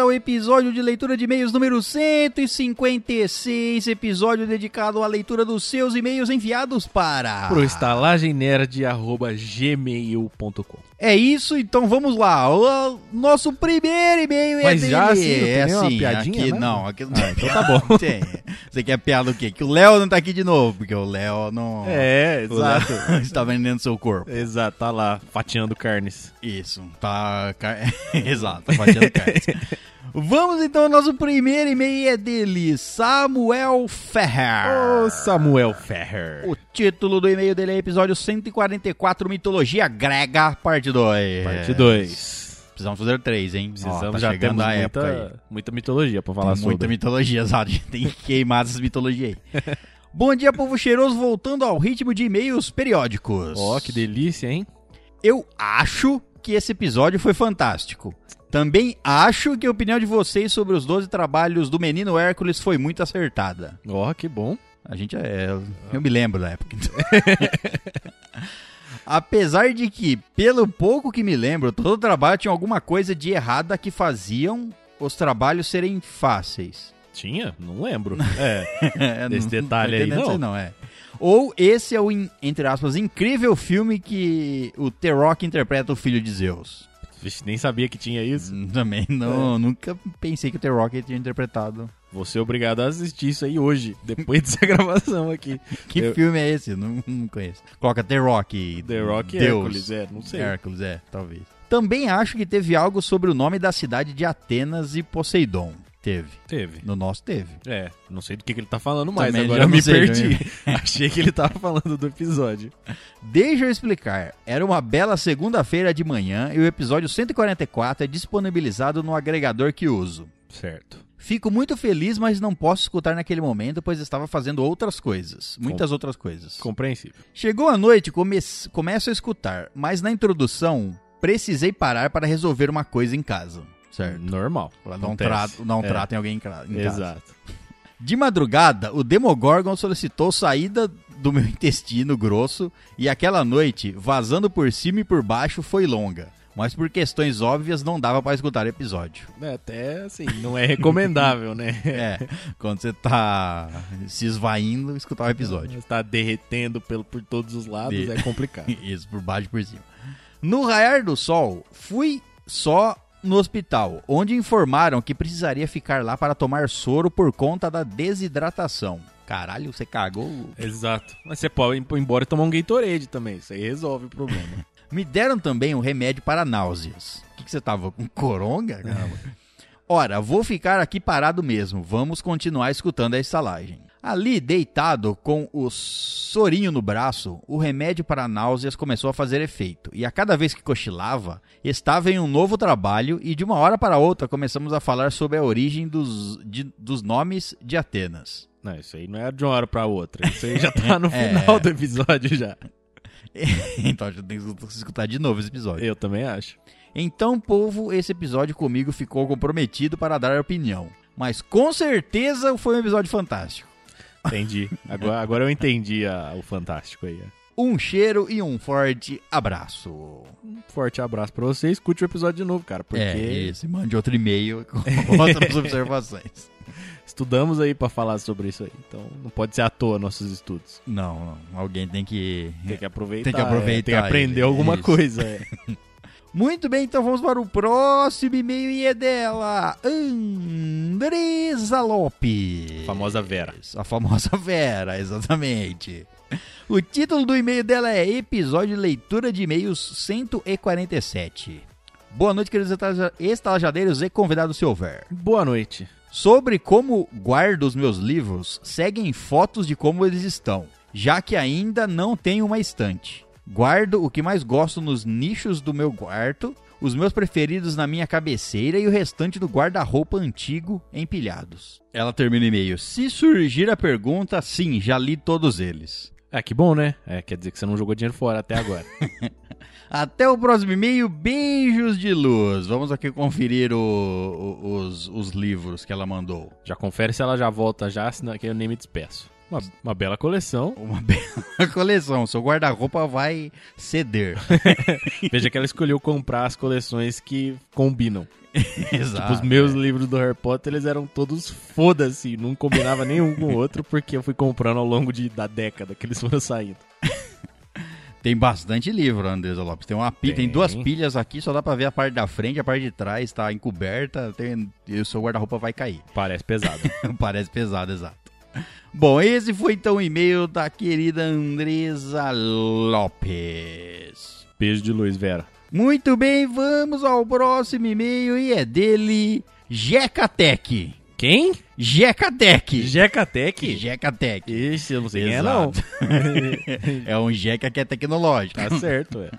ao episódio de leitura de e-mails número 156, episódio dedicado à leitura dos seus e-mails enviados para pro estalagemnerd.gmail.com. É isso, então vamos lá. O nosso primeiro e-mail é Mas dele. já assim, é não tem nenhuma assim, piadinha, aqui né? não, aqui não. então tá bom. Tem. Você quer piada o quê? Que o Léo não tá aqui de novo, porque o Léo não É, o Léo está vendendo seu corpo. Exato, tá lá, fatiando carnes. Isso, tá. ca- Exato, tá fatiando cartas. Vamos então ao nosso primeiro e-mail é dele, Samuel Ferrer. Ô, Samuel Ferrer. O título do e-mail dele é episódio 144, Mitologia Grega, parte 2. Parte 2. Precisamos fazer três, hein? É. Precisamos, Ó, tá já chegando temos a época aí. muita, muita mitologia pra falar Tem muita sobre. mitologia, sabe? A gente tem que queimar essas mitologias aí. Bom dia, povo cheiroso, voltando ao ritmo de e-mails periódicos. Ó, que delícia, hein? Eu acho que esse episódio foi fantástico. Também acho que a opinião de vocês sobre os 12 trabalhos do Menino Hércules foi muito acertada. Ó, que bom. A gente é. Eu me lembro da época. então. Apesar de que, pelo pouco que me lembro, todo trabalho tinha alguma coisa de errada que faziam os trabalhos serem fáceis. Tinha? Não lembro. É, É, Desse não- detalhe não aí, tô entendendo não. isso é. Ou esse é o, in- entre aspas, incrível filme que o The Rock interpreta o filho de Zeus. vixe, nem sabia que tinha isso. Hum, Também É. não, nunca pensei que o The Rock tinha interpretado. Vou ser é obrigado a assistir isso aí hoje, depois dessa gravação aqui. Que Eu- filme é esse? Não, não conheço. Coloca The Rock. The Rock e Deus. Hércules, é, não sei. Hércules, é, talvez. Também acho que teve algo sobre o nome da cidade de Atenas e Poseidon. Teve. Teve. No nosso teve. É, não sei do que, que ele tá falando mais, Também agora já eu não me sei né? perdi. Achei que ele tava falando do episódio. Deixa eu explicar. Era uma bela segunda-feira de manhã e o episódio 144 é disponibilizado no agregador que uso. Certo. Fico muito feliz, mas não posso escutar naquele momento, pois estava fazendo outras coisas. Muitas outras coisas. Compreensível. Chegou a noite, come começo a escutar, mas na introdução precisei parar para resolver uma coisa em casa. Certo? Normal. Pra dar um Acontece. trato, dar um É. trato em alguém em cra- em casa. Exato. De madrugada, o Demogorgon solicitou saída do meu intestino grosso e aquela noite, vazando por cima e por baixo, foi longa. Mas por questões óbvias, não dava pra escutar episódio. É, até assim, não é recomendável, né? É, quando você tá se esvaindo, escutar o episódio. Está Tá derretendo pelo, por todos os lados, De- é complicado. Isso, por baixo e por cima. No raiar do sol, fui só no hospital, onde informaram que precisaria ficar lá para tomar soro por conta da desidratação. Caralho, você cagou? Exato. Mas você pode ir embora e tomar um Gatorade também, isso aí resolve o problema. Me deram também um remédio para náuseas. O que, que você tava com coronga? Caramba. Ora, vou ficar aqui parado mesmo. Vamos continuar escutando a estalagem. Ali, deitado com o sorinho no braço, o remédio para náuseas começou a fazer efeito. E a cada vez que cochilava, estava em um novo trabalho e de uma hora para outra começamos a falar sobre a origem dos, de- dos nomes de Atenas. Não, isso aí não é de uma hora pra outra. Isso aí já tá no final do episódio já. então, eu tenho que escutar de novo esse episódio. Eu também acho. Então, povo, esse episódio comigo ficou comprometido para dar opinião. Mas com certeza foi um episódio fantástico. Entendi. Agora, agora eu entendi a- o fantástico aí. Um cheiro e um forte abraço. Um forte abraço pra você. Escute o episódio de novo, cara, porque É, esse mande outro e-mail com outras observações. estudamos aí pra falar sobre isso aí. Então não pode ser à toa nossos estudos. Não, não, alguém tem que. Tem que aproveitar. Tem que aproveitar é, tem que aprender ele, alguma isso. coisa. é. Muito bem, então vamos para o próximo e-mail e é dela, Andresa Lopes. Famosa Vera. A famosa Vera, exatamente. O título do e-mail dela é Episódio de Leitura de E-mails 147. Boa noite, queridos estala- estalajadeiros e convidados, se houver. Boa noite. Sobre como guardo os meus livros, seguem fotos de como eles estão, já que ainda não tenho uma estante. Guardo o que mais gosto nos nichos do meu quarto, os meus preferidos na minha cabeceira e o restante do guarda-roupa antigo empilhados. Ela termina o e-mail. Se surgir a pergunta, sim, já li todos eles. Ah, que bom, né? É, quer dizer que você não jogou dinheiro fora até agora. Até o próximo e-mail, beijos de luz. Vamos aqui conferir o- o- os- os livros que ela mandou. já confere se ela já volta já, senão que eu nem me despeço. Uma, uma bela coleção. Uma bela coleção. Seu guarda-roupa vai ceder. Veja que ela escolheu comprar as coleções que combinam. Exato. Os meus livros do Harry Potter, eles eram todos foda-se, não combinava nenhum com o outro, porque eu fui comprando ao longo de, da década que eles foram saindo. Tem bastante livro, Andresa Lopes. Tem, uma pilha, tem. Tem. duas pilhas aqui, só dá pra ver a parte da frente, a parte de trás tá encoberta, tem- e o seu guarda-roupa vai cair. Parece pesado. Parece pesado, exato. Bom, esse foi então o e-mail da querida Andresa Lopes. Beijo de luz, Vera. Muito bem, vamos ao próximo e-mail e é dele, Jecatec. Quem? Jecatec. Jecatec? Jecatec. Ixi, eu é, não sei Exato. quem é, não. É um Jeca que é tecnológico. tá certo, é.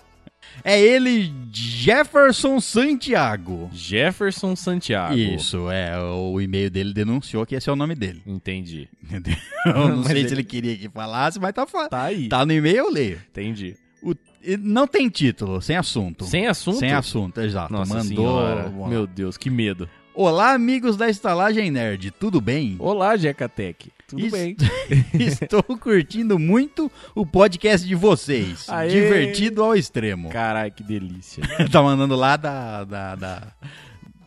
É ele, Jefferson Santiago. Jefferson Santiago. Isso, é. O e-mail dele denunciou que esse é o nome dele. Entendi. Entendeu? Eu não Mas sei ele- se ele queria que falasse, mas tá, fa- Tá aí. tá no e-mail, eu leio. Entendi. O- e Não tem título, sem assunto. Sem assunto? Sem assunto, exato. Nossa Mandou. senhora. Vamos lá. Meu Deus, que medo. Olá, amigos da Estalagem Nerd, tudo bem? Olá, Jecatec. Tudo Isso- bem? Estou curtindo muito o podcast de vocês. Aê! Divertido ao extremo. Caralho, que delícia. tá mandando lá da, da- da-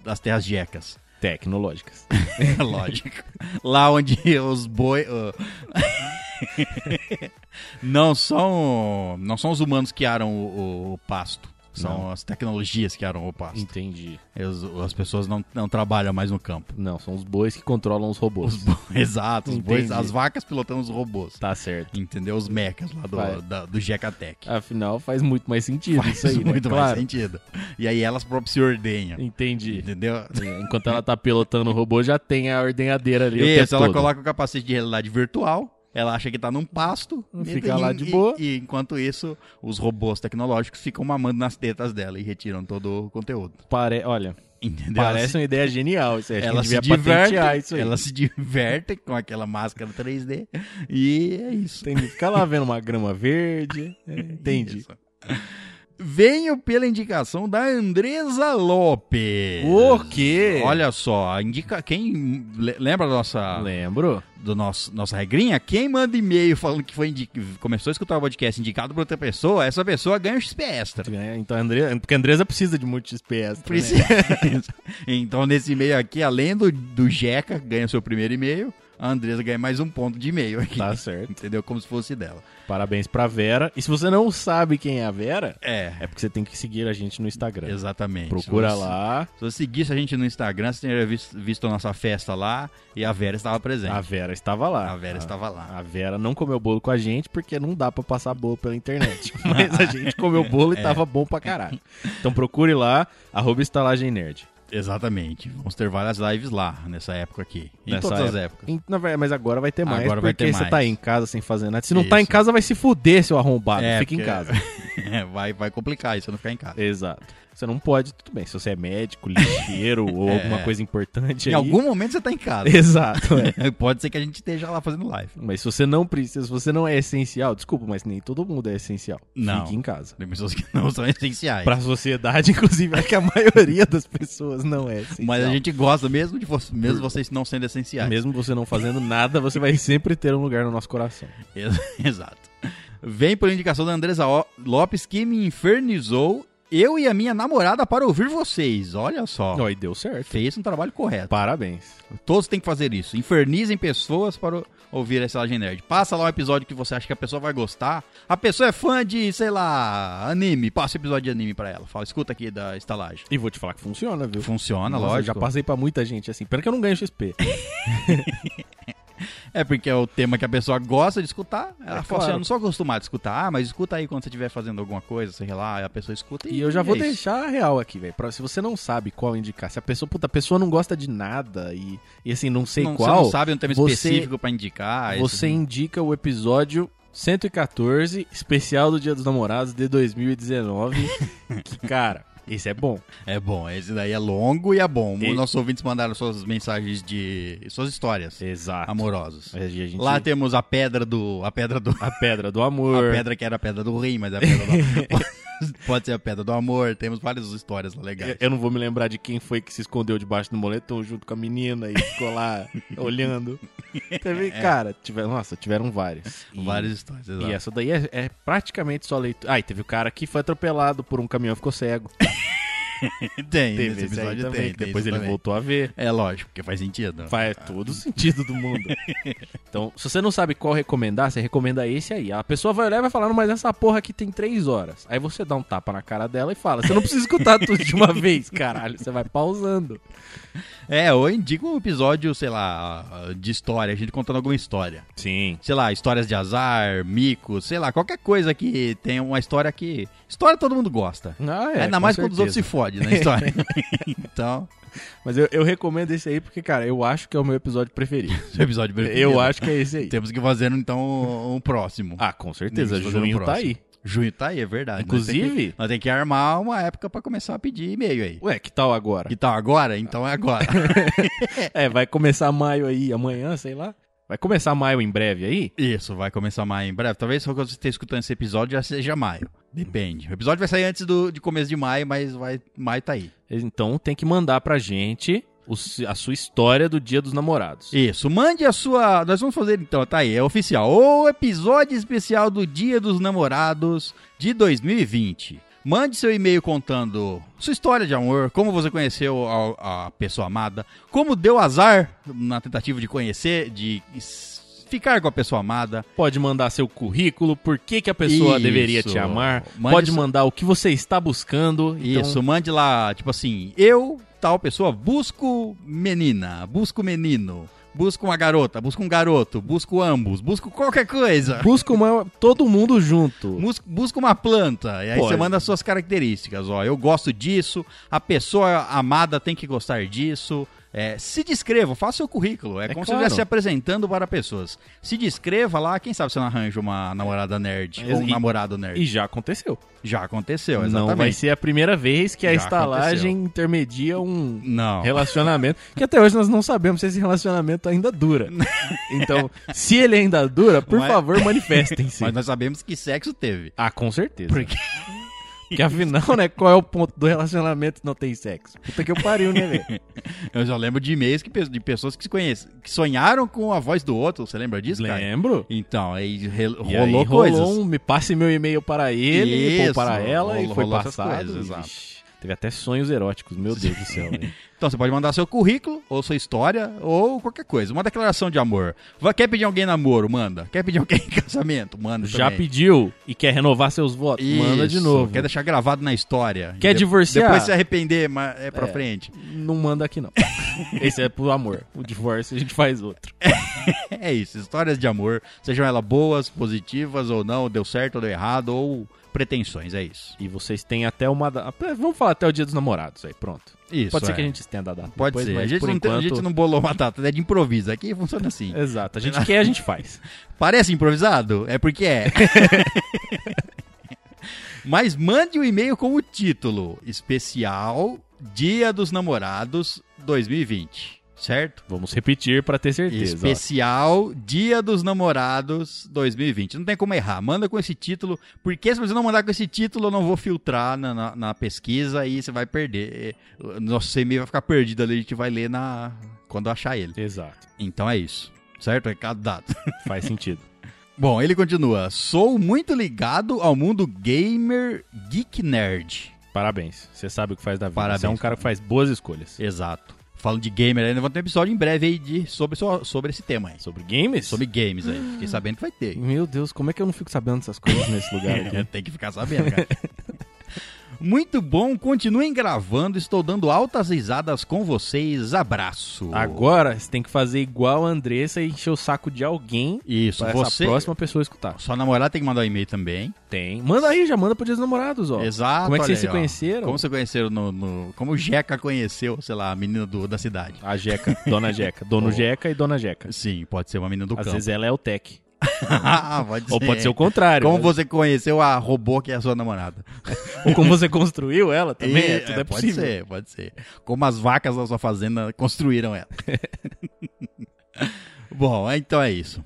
das terras jecas. Tecnológicas. Lógico. Lá onde os boi. ah, não são. Não são os humanos que aram o, o- o pasto. São as tecnologias que aram o pasto. Entendi. As, as pessoas não, não trabalham mais no campo. Não, são os bois que controlam os robôs. Os bo- Exato, os bois, Entendi. as vacas pilotando os robôs. Tá certo. Entendeu? Os mechas lá do, Vai. da, do Jecatec. Afinal, faz muito mais sentido Faz isso aí, né? muito mais Claro. sentido. E aí elas próprias se ordenham. Entendi. Entendeu? É, Enquanto ela tá pilotando o robô, já tem a ordenhadeira ali. o tempo Isso, ela todo. coloca o capacete de realidade virtual, ela acha que tá num pasto. Fica e- lá de e- boa. E enquanto isso, os robôs tecnológicos ficam mamando nas tetas dela e retiram todo o conteúdo. Pare... Olha, Entendeu? parece uma ideia genial isso aí. Acho ela que a se gente devia diverte, patentear isso aí. ela se diverte com aquela máscara 3D e é isso. Entendi. Fica lá vendo uma grama verde. É, Entendi. Isso. Venho pela indicação da Andresa Lopes. O quê? Olha só, indica quem le- lembra da nossa Lembro. do nosso nossa regrinha, quem manda e-mail falando que foi indi- começou a escutar o podcast indicado por outra pessoa, essa pessoa ganha um XP extra. Então, a Andresa... Porque a Andresa precisa de muito XP extra, né? Precisa. então, nesse e-mail aqui, além do, do Jeca, ganha seu primeiro e-mail, a Andresa ganha mais um ponto de e-mail aqui. Tá certo. Entendeu? Como se fosse dela. Parabéns pra Vera. E se você não sabe quem é a Vera, É, é porque você tem que seguir a gente no Instagram. exatamente. Procura Se você- lá. Se você seguisse a gente no Instagram, você teria vis- visto, a nossa festa lá e a Vera estava presente. A Vera estava lá. A Vera estava lá. A Vera não comeu bolo com a gente porque não dá pra passar bolo pela internet. Mas a gente comeu bolo e tava bom pra caralho. Então procure lá, arroba estalagem nerd. Exatamente. Vamos ter várias lives lá nessa época aqui. Em Nessa todas as época. épocas. Em- na verdade, Mas agora vai ter mais, Agora vai porque ter você mais. tá aí em casa sem fazer nada. Se não tá em Isso. casa, vai se fuder, seu arrombado. Fica em É, porque- casa. É, vai, vai complicar isso, não ficar em casa. Exato. Você não pode, tudo bem. Se você é médico, lixeiro ou alguma coisa importante É. Em aí... algum momento você tá em casa. Exato, é. Pode ser que a gente esteja lá fazendo live. Mas se você não precisa, se você não é essencial, desculpa, mas nem todo mundo é essencial. Não. É Fique em casa. Tem pessoas que não são essenciais. Pra sociedade, inclusive, é que a maioria das pessoas não é essencial. Mas a gente gosta mesmo de você, mesmo vocês não sendo essenciais. Mesmo você não fazendo nada, você vai sempre ter um lugar no nosso coração. Ex- Exato. Vem por indicação da Andresa O- Lopes que me infernizou eu e a minha namorada para ouvir vocês. Olha só. Ó, e deu certo. Fez um trabalho correto. Parabéns. Todos têm que fazer isso. Infernizem pessoas para o- ouvir a Estalagem Nerd. Passa lá um episódio que você acha que a pessoa vai gostar. A pessoa é fã de, sei lá, anime. Passa o episódio de anime pra ela. Fala, escuta aqui da estalagem. E vou te falar que funciona, viu? Funciona, Nossa, eu Já lógico. passei pra muita gente, assim. Pena que eu não ganho XP. É porque é o tema que a pessoa gosta de escutar. Ela fala É, assim, claro. eu não sou acostumado a escutar. Ah, mas escuta aí quando você estiver fazendo alguma coisa, sei lá. Aí a pessoa escuta e E eu já vou é isso. deixar a real aqui, velho. Pra- Se você não sabe qual indicar, se a pessoa, puta, a pessoa não gosta de nada e, e assim, não sei Não, você qual, não sabe né? um tema você- específico pra indicar. você esse- indica o episódio 114, especial do Dia dos Namorados de 2019. que, cara, esse é bom. É bom, esse daí é longo e é bom. E- Nossos ouvintes mandaram suas mensagens de... Suas histórias Exato. amorosas. A gente- Lá temos a pedra do. A pedra do. A pedra do A amor. pedra que era a pedra do rim, mas é a pedra do. Pode ser a pedra do amor, temos várias histórias lá legais. Eu- Eu não vou me lembrar de quem foi que se escondeu debaixo do moletom junto com a menina e ficou lá olhando. Teve, É. cara, tiveram, nossa, tiveram várias. E- Várias histórias, exato. E essa daí é, é praticamente só leitura. Ah, e teve o cara que foi atropelado por um caminhão e ficou cego. Tem, Teve nesse esse aí episódio também. Ah. tem. tem Depois isso ele também. voltou a ver. É lógico, porque faz sentido. Faz todo o sentido do mundo. então, se você não sabe qual recomendar, você recomenda esse aí. A pessoa vai olhar e vai falar, "Não, mas essa porra aqui tem três horas. Aí você dá um tapa na cara dela e fala, você não precisa escutar tudo de uma vez, caralho. Você vai pausando. É, ou indica um episódio, sei lá, de história, a gente contando alguma história. Sim. Sei lá, histórias de azar, mico, sei lá, qualquer coisa que tem uma história que. História todo mundo gosta. Ah, é, Ainda com mais quando os outros se certeza. fodem na história. então, Mas eu, eu recomendo esse aí porque, cara, eu acho que é o meu episódio preferido. esse episódio preferido. eu acho que é esse aí. Temos que fazer, então, um próximo. Ah, com certeza. Temos que fazer um Junho tá próximo. aí. Junho tá aí, é verdade. Nós tem Inclusive- que, nós tem que armar uma época pra começar a pedir e-mail aí. Ué, que tal agora? Que tal agora? Então é agora. É, vai começar maio aí, amanhã, sei lá. Vai começar maio em breve aí? Isso, vai começar maio em breve. Talvez só quando você esteja escutando esse episódio já seja maio. Depende. O episódio vai sair antes do de começo de maio, mas vai, maio tá aí. Então tem que mandar pra gente o se- a sua história do Dia dos Namorados. Isso, mande a sua. Nós vamos fazer então, tá aí, é oficial. O episódio especial do Dia dos Namorados de 2020. Mande seu e-mail contando sua história de amor, como você conheceu a, a pessoa amada, como deu azar na tentativa de conhecer, de s- ficar com a pessoa amada. Pode mandar seu currículo, por que, que a pessoa Isso. deveria te amar. Mande Pode isso- mandar o que você está buscando. Então, Isso, mande lá, tipo assim, eu, tal pessoa, busco menina, busco menino, busco uma garota, busco um garoto, busco ambos, busco qualquer coisa. Busca uma- todo mundo junto. Mus- Busca uma planta, e aí Tipo, Pode. você manda as suas características, ó, eu gosto disso, a pessoa amada tem que gostar disso. É, se descreva, faça seu currículo, é, É como se claro. estivesse se apresentando para pessoas. Se descreva lá, quem sabe você não arranja uma namorada nerd, ou um É, E- namorado nerd. E já aconteceu. Já aconteceu, exatamente. Não vai ser a primeira vez que a Já estalagem intermedia um, Não. relacionamento, que até hoje nós não sabemos se esse relacionamento ainda dura. Então, se ele ainda dura, por Mas- favor, manifestem-se. Mas nós sabemos que sexo teve. Ah, com certeza. Porque- Porque... afinal, né, qual é o ponto do relacionamento que não tem sexo? Puta que eu pariu, né, velho? Eu já lembro de e-mails que, pe- de pessoas que se conhecem, que sonharam com a voz do outro. Você lembra disso, cara? Lembro. Então, aí re- rolou E aí coisas. rolou um, me passe meu e-mail para ele, ou Isso, para ela, rolou- e foi rolou essas passado. coisas, e, exato. vixe, Teve até sonhos eróticos, meu Deus do céu. velho. Então você pode mandar seu currículo, ou sua história, ou qualquer coisa. Uma declaração de amor. Vai- quer pedir alguém em namoro? Manda. Quer pedir alguém em casamento? Manda Já também. pediu e quer renovar seus votos? Manda de Isso. novo. Quer deixar gravado na história. Quer De- divorciar? Depois se arrepender, mas é pra frente. Não manda aqui, não. Esse é pro amor. O divórcio a gente faz outro. É isso, histórias de amor, sejam elas boas, positivas ou não, deu certo ou deu errado, ou pretensões, é isso. E vocês têm até uma. da- Vamos falar até o dia dos namorados aí, pronto. Isso. Pode ser é. que a gente estenda a data. Pode depois, ser. A mas gente, por não, tem- a enquanto... gente não bolou uma data, é de improviso. Aqui funciona assim. Exato. A gente quer, a gente faz. Parece improvisado? É porque é. Mas mande um e-mail com o título Especial Dia dos Namorados 2020, certo? Vamos repetir pra ter certeza. ó. Especial Dia dos Namorados 2020. Não tem como errar. Manda com esse título, porque se você não mandar com esse título, eu não vou filtrar na, na- na pesquisa e você vai perder. É, O Nosso e-mail vai ficar perdido ali, a gente vai ler na quando achar ele. Exato. Então é isso. Certo? Recado dado. Faz sentido. Bom, ele continua. Sou muito ligado ao mundo gamer geek nerd. Parabéns. Você sabe o que faz da vida. Parabéns. Você é um cara que faz boas escolhas. Exato. Falando de gamer, ainda vou ter um episódio em breve aí de, sobre, so- sobre esse tema aí. Sobre games? Sobre games aí. Fiquei sabendo que vai ter. Meu Deus, como é que eu não fico sabendo dessas coisas nesse lugar aqui? É, Tem que ficar sabendo, cara. Muito bom, continuem gravando. Estou dando altas risadas com vocês. Abraço. Agora você tem que fazer igual a Andressa e encher o saco de alguém Isso, pra você. essa próxima pessoa escutar. Sua namorada tem que mandar um e-mail também. Tem. Manda aí, já manda pro Dia dos Namorados, ó. Exato. Como é que olha vocês aí, se ó. conheceram? Como se conheceram no, no- Como o Jeca conheceu, sei lá, a menina do, da cidade. A Jeca, Dona Jeca. Dono Oh. Jeca e Dona Jeca. Sim, pode ser uma menina do Às campo. vezes ela é o Tech. Ah, pode Ou pode ser o contrário. Como né? você conheceu a robô que é a sua namorada. Ou como você construiu ela também. E- é, tudo é, pode possível. ser, pode ser. Como as vacas da sua fazenda construíram ela. Bom, então é isso.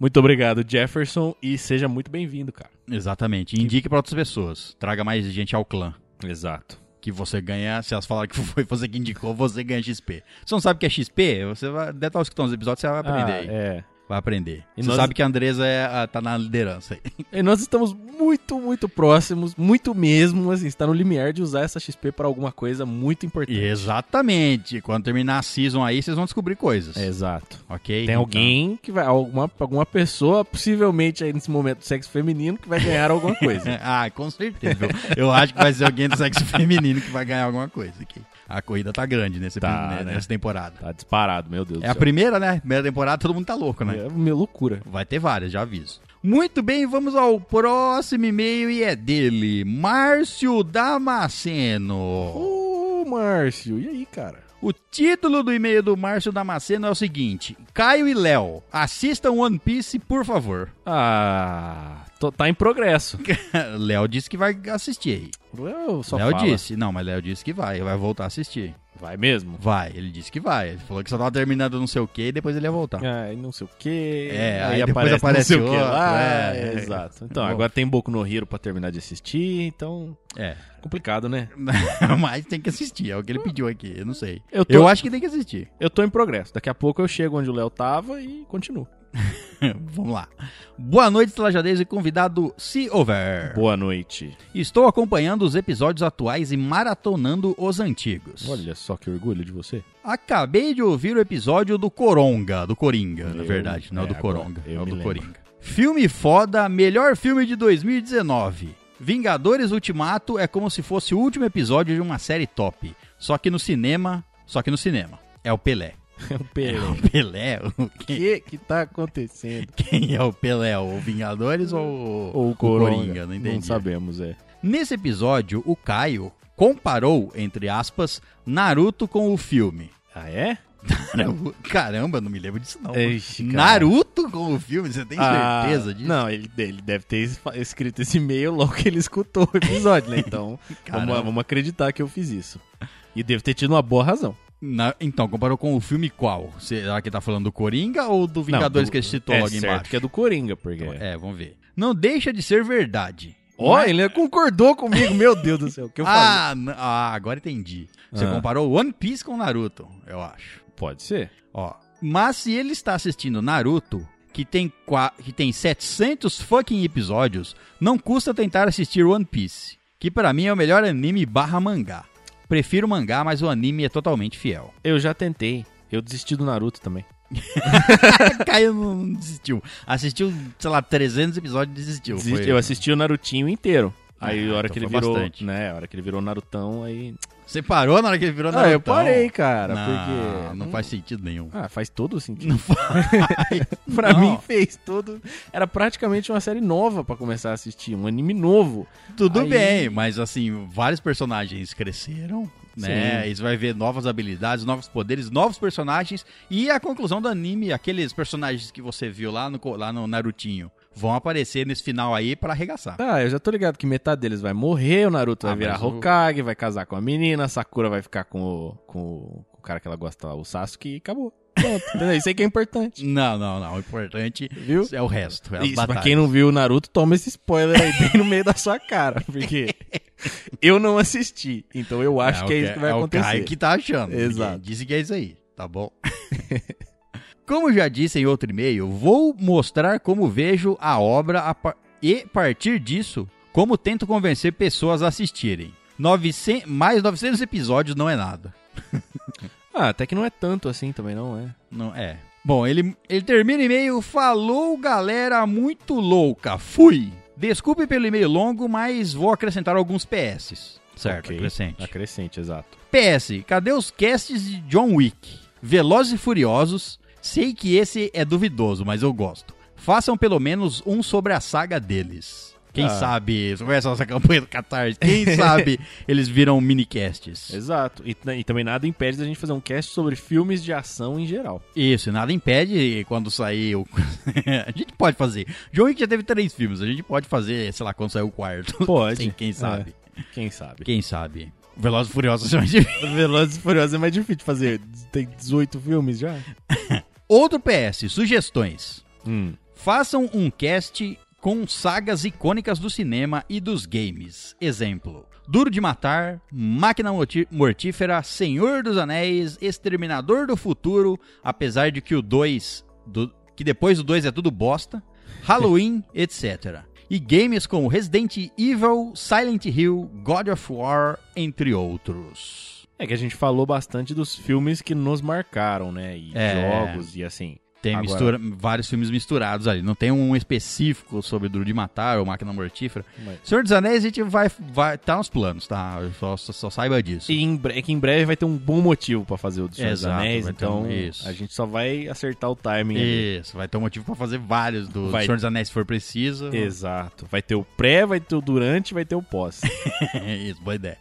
Muito obrigado, Jefferson. E seja muito bem-vindo, cara. Exatamente. Indique para outras pessoas. Traga mais gente ao clã. Exato. que você ganha, se elas falarem que foi você que indicou, você ganha XP. Se você não sabe o que é XP, você vai deve estar escutando os episódios, você vai aprender aí. é. Vai aprender. E você nós- sabe que a Andresa é, a- tá na liderança aí. E nós estamos muito, muito próximos, muito mesmo, assim, está no limiar de usar essa XP para alguma coisa muito importante. Exatamente. Quando terminar a season aí, vocês vão descobrir coisas. Exato. Ok? Tem Então, alguém que vai, alguma, alguma pessoa, possivelmente aí nesse momento do sexo feminino, que vai ganhar alguma coisa. ah, com certeza. Eu acho que vai ser alguém do sexo feminino que vai ganhar alguma coisa aqui. A corrida tá grande nesse, Tá, né, né? nessa temporada. Tá disparado, meu Deus É do a céu. primeira, né? Primeira temporada, todo mundo tá louco, né? É uma loucura. Vai ter várias, já aviso. Muito bem, vamos ao próximo e-mail e é dele, Márcio Damasceno. Ô, Márcio, e aí, cara? O título do e-mail do Márcio Damasceno é o seguinte: Caio e Léo, assistam One Piece, por favor. Ah, tô- tá em progresso. Léo disse que vai assistir. Eu só Léo fala. disse, não, mas Léo disse que vai, vai voltar a assistir. Vai mesmo? Vai, ele disse que vai. Ele falou que só tava terminando não sei o que e depois ele ia voltar. Ai, não sei o que. É, aí depois aparece não sei o que outro, lá. é, é, é. Exato. Então, Bom. agora tem Boku no Hero pra terminar de assistir, então... É. Complicado, né? mas tem que assistir, é o que ele pediu aqui, eu não sei. Eu tô, Eu acho que tem que assistir. eu tô em progresso. Daqui a pouco eu chego onde o Léo tava e continuo. Vamos lá. Boa noite, Trajadez e convidado Se Over. Boa noite. Estou acompanhando os episódios atuais e maratonando os antigos. Olha só que orgulho de você. Acabei de ouvir o episódio do Coronga, do Coringa, na Eu- verdade, não é, é, do Coronga, agora é eu o me do lembro. Coringa. Filme foda, melhor filme de 2019. Vingadores Ultimato é como se fosse o último episódio de uma série top, só que no cinema, só que no cinema. É o Pelé. É um Pelé. O Pelé, o- O que que tá acontecendo? quem é o Pelé? O Vingadores ou Ou o Coringa, Coronga. não entendi. sabemos, é. Nesse episódio, o Caio comparou, entre aspas, Naruto com o filme. Ah, é? Naru- Caramba, não me lembro disso não. Ixi, cara. Naruto com o filme, você tem Ah, certeza disso? Não, ele, ele deve ter es- escrito esse e-mail logo que ele escutou o episódio, né? Então, Caramba. vamos, vamos acreditar que eu fiz isso. E deve ter tido uma boa razão. Na- Então, comparou com o filme qual? Será que tá falando do Coringa ou do Vingadores Não, do- que ele citou é logo certo embaixo? que é do Coringa, porque... Então, é, vamos ver. Não deixa de ser verdade. Ó, ele concordou comigo, meu Deus do céu, o que eu falei? ah, n- ah, agora entendi. Você Ah. comparou One Piece com Naruto, eu acho. Pode ser. Ó, mas se ele está assistindo Naruto, que tem, qua- que tem 700 fucking episódios, não custa tentar assistir One Piece, que pra mim é o melhor anime barra mangá. Prefiro mangá, mas o anime é totalmente fiel. Eu já tentei. Eu desisti do Naruto também. Caio não desistiu. Assistiu, sei lá, 300 episódios e desistiu. Desisti- Foi- eu assisti o Narutinho inteiro. Aí Ah, a hora então que ele foi virou, bastante. né, a hora que ele virou Narutão, aí... Você parou na hora que ele virou Naruto? Ah, eu parei, cara, não, porque... não faz sentido nenhum. Ah, faz todo o sentido. Não faz. Pra Não. mim fez todo. Era praticamente uma série nova pra começar a assistir, um anime novo. Tudo Aí- bem, mas assim, vários personagens cresceram, né? Sim. Eles vai ver novas habilidades, novos poderes, novos personagens e a conclusão do anime, aqueles personagens que você viu lá no co- lá no Narutinho, vão aparecer nesse final aí pra arregaçar. Ah, eu já tô ligado que metade deles vai morrer, o Naruto Ah, vai virar mas o- Hokage, vai casar com a menina, a Sakura vai ficar com o, com o- com o cara que ela gosta, lá, o Sasuke, e acabou. Pronto, entendeu? Isso aí que é importante, Não, não, não, o importante viu? é o resto, é as Isso, pra batalhas. quem não viu o Naruto, toma esse spoiler aí bem no meio da sua cara, porque eu não assisti, então eu acho o que é isso que vai é acontecer. o Caio que tá achando. Exato. porque Disse que é isso aí, tá bom? como já disse em outro e-mail, vou mostrar como vejo a obra a par- e, partir disso, como tento convencer pessoas a assistirem. 900 mais 900 episódios não é nada. Ah, até que não é tanto assim também, não é? Não é. Bom, ele, ele termina o e-mail, falou galera muito louca, fui! Desculpe pelo e-mail longo, mas vou acrescentar alguns PS. Certo, Ok. acrescente. Acrescente, exato. PS, cadê os casts de John Wick? Velozes e Furiosos, sei que esse é duvidoso, mas eu gosto. Façam pelo menos um sobre a saga deles. Quem Ah. sabe, sobre essa nossa campanha do Catarse, quem sabe eles viram minicasts. Exato. E, e também nada impede da gente fazer um cast sobre filmes de ação em geral. Isso, e nada impede quando sair o... a gente pode fazer. John Wick já teve três filmes, a gente pode fazer, sei lá, quando sair o quarto. Pode. Sim, quem sabe. É, Quem sabe? Quem sabe. Velozes e Furiosos é mais difícil. Velozes e Furiosos é mais difícil de fazer. Tem 18 filmes já? Outro PS, sugestões. Hum. Façam um cast com sagas icônicas do cinema e dos games. Exemplo: Duro de Matar, Máquina Morti- Mortífera, Senhor dos Anéis, Exterminador do Futuro, apesar de que o 2 do- que depois do 2 é tudo bosta, Halloween, etc. E games como Resident Evil, Silent Hill, God of War, entre outros. É que a gente falou bastante dos filmes que nos marcaram, né? E É. jogos e assim. Tem Agora- mistura- vários filmes misturados ali. Não tem um específico sobre Duro de Matar ou Máquina Mortífera. Mas- Senhor dos Anéis, a gente vai. vai tá nos planos, tá? Só, só- só saiba disso. E em bre- é que em breve vai ter um bom motivo pra fazer o do Senhor dos Exato, Anéis, vai ter um- então isso. a gente só vai acertar o timing. ali. Isso, vai ter um motivo pra fazer vários do Vai. Senhor dos Anéis se for preciso. Exato. Vai ter o pré, vai ter o durante, vai ter o pós. Isso, boa ideia.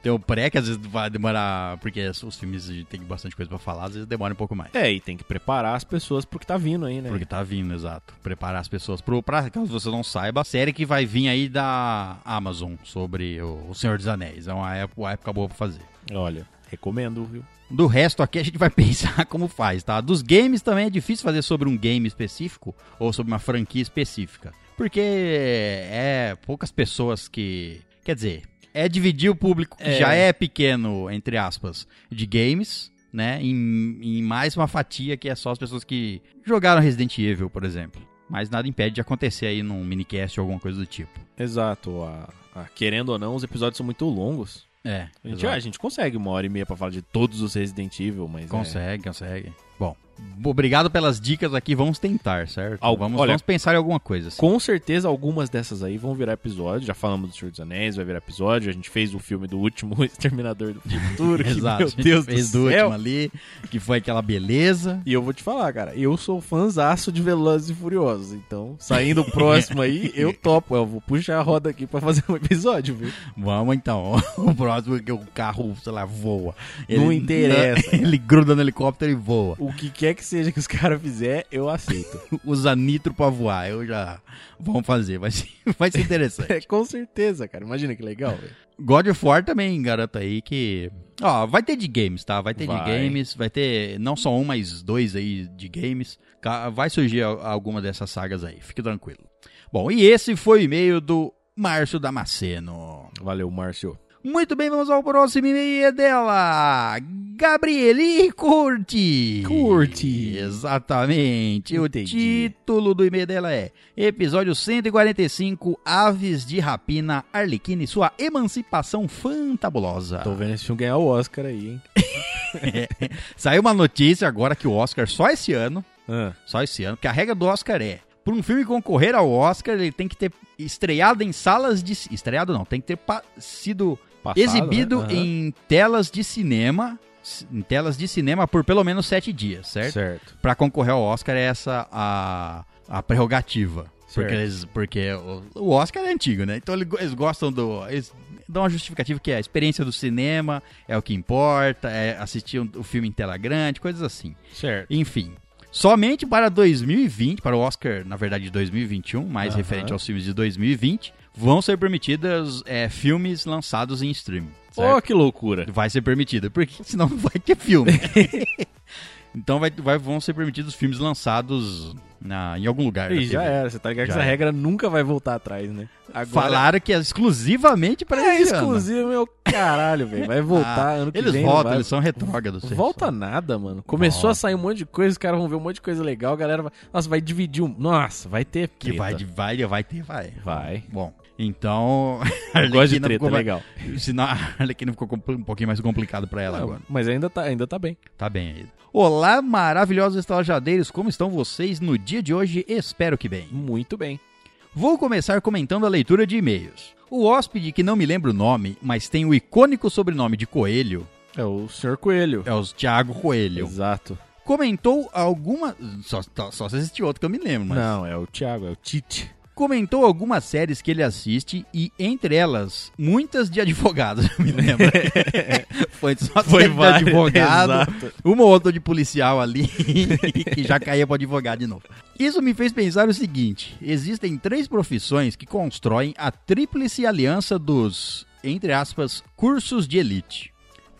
Tem o pré, que às vezes vai demorar, porque os filmes tem bastante coisa pra falar, às vezes demora um pouco mais. é, e tem que preparar as pessoas pro que tá vindo aí, né? Porque tá vindo, exato. Preparar as pessoas pro. Pra caso você não saiba, a série que vai vir aí da Amazon sobre o o Senhor dos Anéis. É uma época, uma época boa pra fazer. Olha, recomendo, viu? Do resto aqui a gente vai pensar como faz, tá? Dos games também é difícil fazer sobre um game específico ou sobre uma franquia específica. Porque é poucas pessoas que. Quer dizer, é dividir o público que É. já é pequeno, entre aspas, de games, né? Em, em mais uma fatia que é só as pessoas que jogaram Resident Evil, por exemplo. Mas nada impede de acontecer aí num minicast ou alguma coisa do tipo. Exato. a- a- querendo ou não, os episódios são muito longos. É. A gente, exato. a gente consegue uma hora e meia pra falar de todos os Resident Evil, mas. é, Consegue, consegue. Bom, obrigado pelas dicas aqui. Vamos tentar, certo? Al- vamos, olha- vamos pensar em alguma coisa. assim. Com certeza algumas dessas aí vão virar episódio. Já falamos do Senhor dos Anéis, vai virar episódio. A gente fez o filme do último Exterminador do Futuro. que, Exato. Meu Deus do fez do céu. último ali, que foi aquela beleza. E eu vou te falar, cara, eu sou um fãzaço de Velozes e Furiosos, então saindo o próximo aí, eu topo, eu vou puxar a roda aqui pra fazer um episódio, viu? Vamos então. O próximo é que o carro, sei lá, voa. Não interessa. Ele gruda no helicóptero e voa. O que quer que seja que os caras fizer, eu aceito. Usa nitro pra voar. Eu já. Vamos fazer. Vai ser, vai ser interessante. É, com certeza, cara, imagina que legal, velho. God of War também, garota aí, que. Ó, vai ter de games, tá? Vai ter Vai. de games, vai ter não só um, mas dois aí de games. Ca- Vai surgir al- alguma dessas sagas aí, fique tranquilo. Bom, e esse foi o e-mail do Márcio Damasceno. Valeu, Márcio. Muito bem, vamos ao próximo e-mail é dela, Gabrieli Curti. Curti. Exatamente. Entendi. O título do e-mail dela é Episódio 145, Aves de Rapina, Arlequina e sua emancipação fantabulosa. Tô vendo esse filme ganhar o Oscar aí, hein? Saiu uma notícia agora que o Oscar só esse ano, Ah, só esse ano, que a regra do Oscar é, para um filme concorrer ao Oscar, ele tem que ter estreado em salas de... ci- Estreado não, tem que ter pa- sido passado, exibido né? Aham. em telas de cinema, ci- em telas de cinema por pelo menos sete dias, certo? Certo. Pra concorrer ao Oscar é essa a, a prerrogativa. Certo. Porque, eles, porque o, o Oscar é antigo, né? Então ele- eles gostam do. Eles dão uma justificativa que é a experiência do cinema, é o que importa, é assistir um- o filme em tela grande, coisas assim. Certo. Enfim. Somente para 2020, para o Oscar, na verdade, de 2021, mais Aham. referente aos filmes de 2020, vão ser permitidas é, filmes lançados em streaming. certo? Ó, que loucura. Vai ser permitido, porque senão não vai ter filme. então vai, vai- vão ser permitidos filmes lançados na- em algum lugar. E na já TV. era, você tá ligado que Já essa era. regra nunca vai voltar atrás, né? Agora... Falaram que é exclusivamente para É esse ano. Ah, exclusivo, meu caralho, velho. Vai voltar ano que Eles vem. não voltam, vai. eles são retrógrados. eles Volta são. nada, mano. Começou a Volta. sair um monte de coisa, os caras vão ver um monte de coisa legal, a galera vai. Nossa, vai dividir um. Nossa, vai ter. Que treta. vai, de- vai, vai ter, vai. Vai. Bom, então... a Eu gosto de Arlequina treta, é ficou, legal. Senão a Arlequina ficou compl- um pouquinho mais complicado para ela Não, agora. mas ainda tá, ainda tá bem. Tá bem aí. Olá, maravilhosos estalajadeiros. Como estão vocês no dia de hoje? Espero que bem. Muito bem. Vou começar comentando a leitura de e-mails. O hóspede, que não me lembra o nome, mas tem o icônico sobrenome de Coelho, É o senhor Coelho. é o Thiago Coelho, Exato. comentou alguma. Só, só- só se existe outro que eu me lembro, mas. Não, é o Thiago, é o Tite. Comentou algumas séries que ele assiste e, entre elas, muitas de advogados, eu me lembro. Foi só série de vários, advogado, exato. uma ou outra de policial ali, que já caía pro advogado de novo. Isso me fez pensar o seguinte: existem três profissões que constroem a tríplice aliança dos, entre aspas, cursos de elite.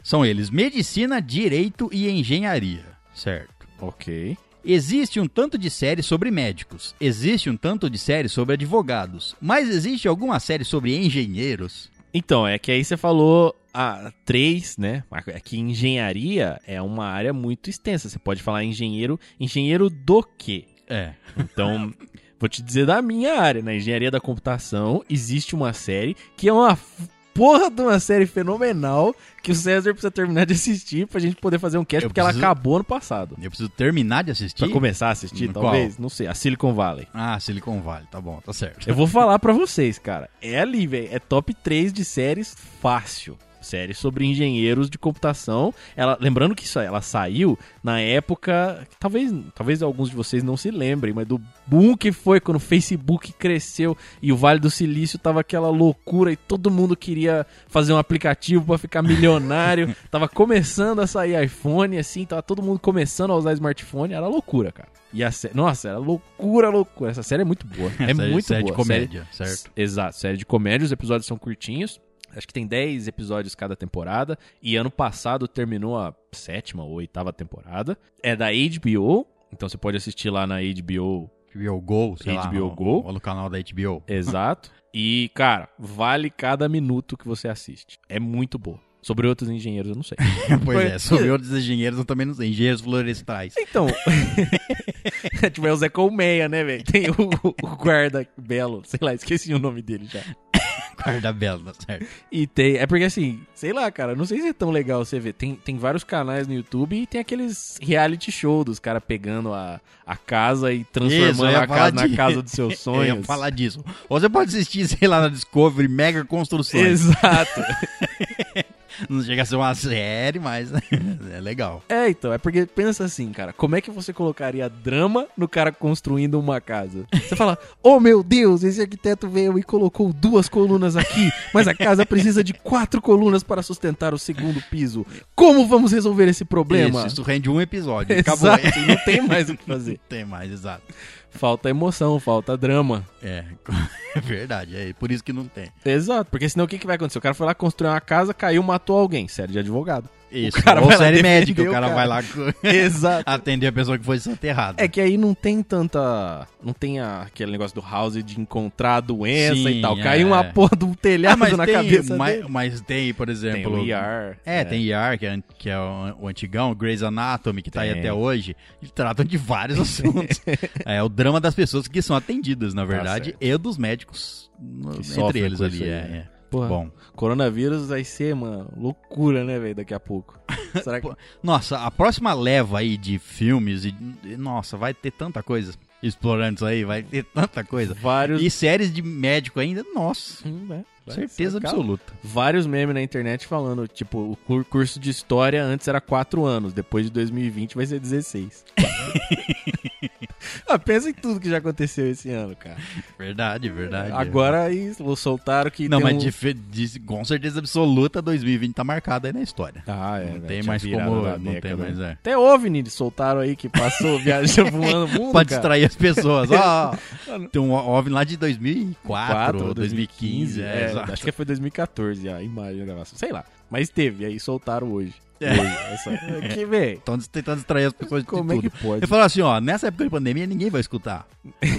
São eles medicina, direito e engenharia, certo? Ok. Existe um tanto de série sobre médicos, existe um tanto de série sobre advogados, mas existe alguma série sobre engenheiros? Então, é que aí você falou a três, né? Marco? É que engenharia é uma área muito extensa. Você pode falar engenheiro, engenheiro do quê? É. Então, vou te dizer da minha área, na engenharia da computação, existe uma série que é uma f- porra de uma série fenomenal que o César precisa terminar de assistir pra gente poder fazer um cast, Eu porque ela preciso- acabou no passado. Eu preciso terminar de assistir? Pra começar a assistir, Qual? talvez, não sei, a Silicon Valley. Ah, Silicon Valley, tá bom, tá certo. Eu vou falar pra vocês, cara. É ali, velho. É top 3 de séries fácil. Série sobre engenheiros de computação. Ela, lembrando que isso, ela saiu na época. Talvez, talvez alguns de vocês não se lembrem, mas do boom que foi quando o Facebook cresceu e o Vale do Silício tava aquela loucura e todo mundo queria fazer um aplicativo pra ficar milionário. tava começando a sair iPhone, assim, tava todo mundo começando a usar smartphone. Era loucura, cara. E a sé- Nossa, era loucura, loucura. Essa série é muito boa. É Série- muito série boa. de comédia, certo? S- Exato, série de comédia, os episódios são curtinhos. Acho que tem 10 episódios cada temporada. E ano passado terminou a sétima ou oitava temporada. É da HBO, então você pode assistir lá na HBO. HBO Go, sei lá. HBO no- Go. Ou no canal da HBO. Exato. e, cara, vale cada minuto que você assiste. É muito boa. Sobre outros engenheiros, eu não sei. pois é, sobre outros engenheiros, eu também não sei. Engenheiros florestais. Então. tipo, é o Zé Colmeia, né, velho? Tem o, o guarda belo, sei lá, esqueci o nome dele já. Guarda-belo, tá certo. E tem. É porque assim, sei lá, cara, não sei se é tão legal você ver. Tem, tem vários canais no YouTube e tem aqueles reality show dos caras pegando a, a casa e eu transformando ia a casa falar na de- casa dos seus Eu ia sonhos. falar disso. Ou você pode assistir, sei lá, na Discovery, Mega Construções. Exato. Não chega a ser uma série, mas é legal. É, então, é porque pensa assim, cara, como é que você colocaria drama no cara construindo uma casa? Você fala, oh meu Deus, esse arquiteto veio e colocou duas colunas aqui, mas a casa precisa de quatro colunas para sustentar o segundo piso. Como vamos resolver esse problema? Isso, isso rende um episódio. Acabou. Exato, não tem mais o que fazer. Tem mais, exato. Falta emoção, falta drama. É, é verdade. É por isso que não tem. Exato, porque senão o que, que vai acontecer? O cara foi lá construir uma casa, caiu, matou alguém. Série de advogado. Isso. cara Ou vai lá série defender médica, o o cara, cara. vai lá Exato. atender a pessoa que foi soterrada. É que aí não tem tanta. Não tem a- aquele negócio do house de encontrar a doença Sim, e tal. é. Caiu uma porra de um telhado Ah, mas, na tem, cabeça. mas, dele. mas tem, por Tem exemplo. o ER. É, tem ER, que é, an- que é o, o antigão, Grey's Anatomy, que tá aí Tem. até hoje, e tratam de vários assuntos. é o drama das pessoas que são atendidas, na verdade, Tá certo. e dos médicos no- entre sofrem eles com ali. isso aí, é, né? é. Porra, Bom. Coronavírus vai ser, mano, loucura, né, velho, daqui a pouco. Será que. Pô, Nossa, a próxima leva aí de filmes e. Nossa, vai ter tanta coisa explorando isso aí, vai ter tanta coisa. Vários. E séries de médico ainda, nossa, Hum, é, vai certeza ser, cara. absoluta. vários memes na internet falando, tipo, o cur- curso de história antes era 4 anos, depois de 2020 vai ser 16. ah, pensa em tudo que já aconteceu esse ano, cara. Verdade, verdade. Agora aí soltaram que Não, tem mas um... de fe- de- com certeza absoluta, 2020 tá marcado aí na história. Ah, é, Não né, tem tinha mais virado né? como. da Não tem década. mais, é. Até OVNI eles soltaram aí que passou viajando voando o mundo, Pra cara. distrair as pessoas. Ó, ó, tem um OVNI lá de 2004, 4, 2015. é, exato. acho que foi 2014 a imagem da gravação, sei lá. Mas teve, aí soltaram hoje. É. Hoje, essa... Que, velho, Estão des- tentando distrair as pessoas de como é tudo. que pode? Eu falo assim, ó, nessa época de pandemia ninguém vai escutar.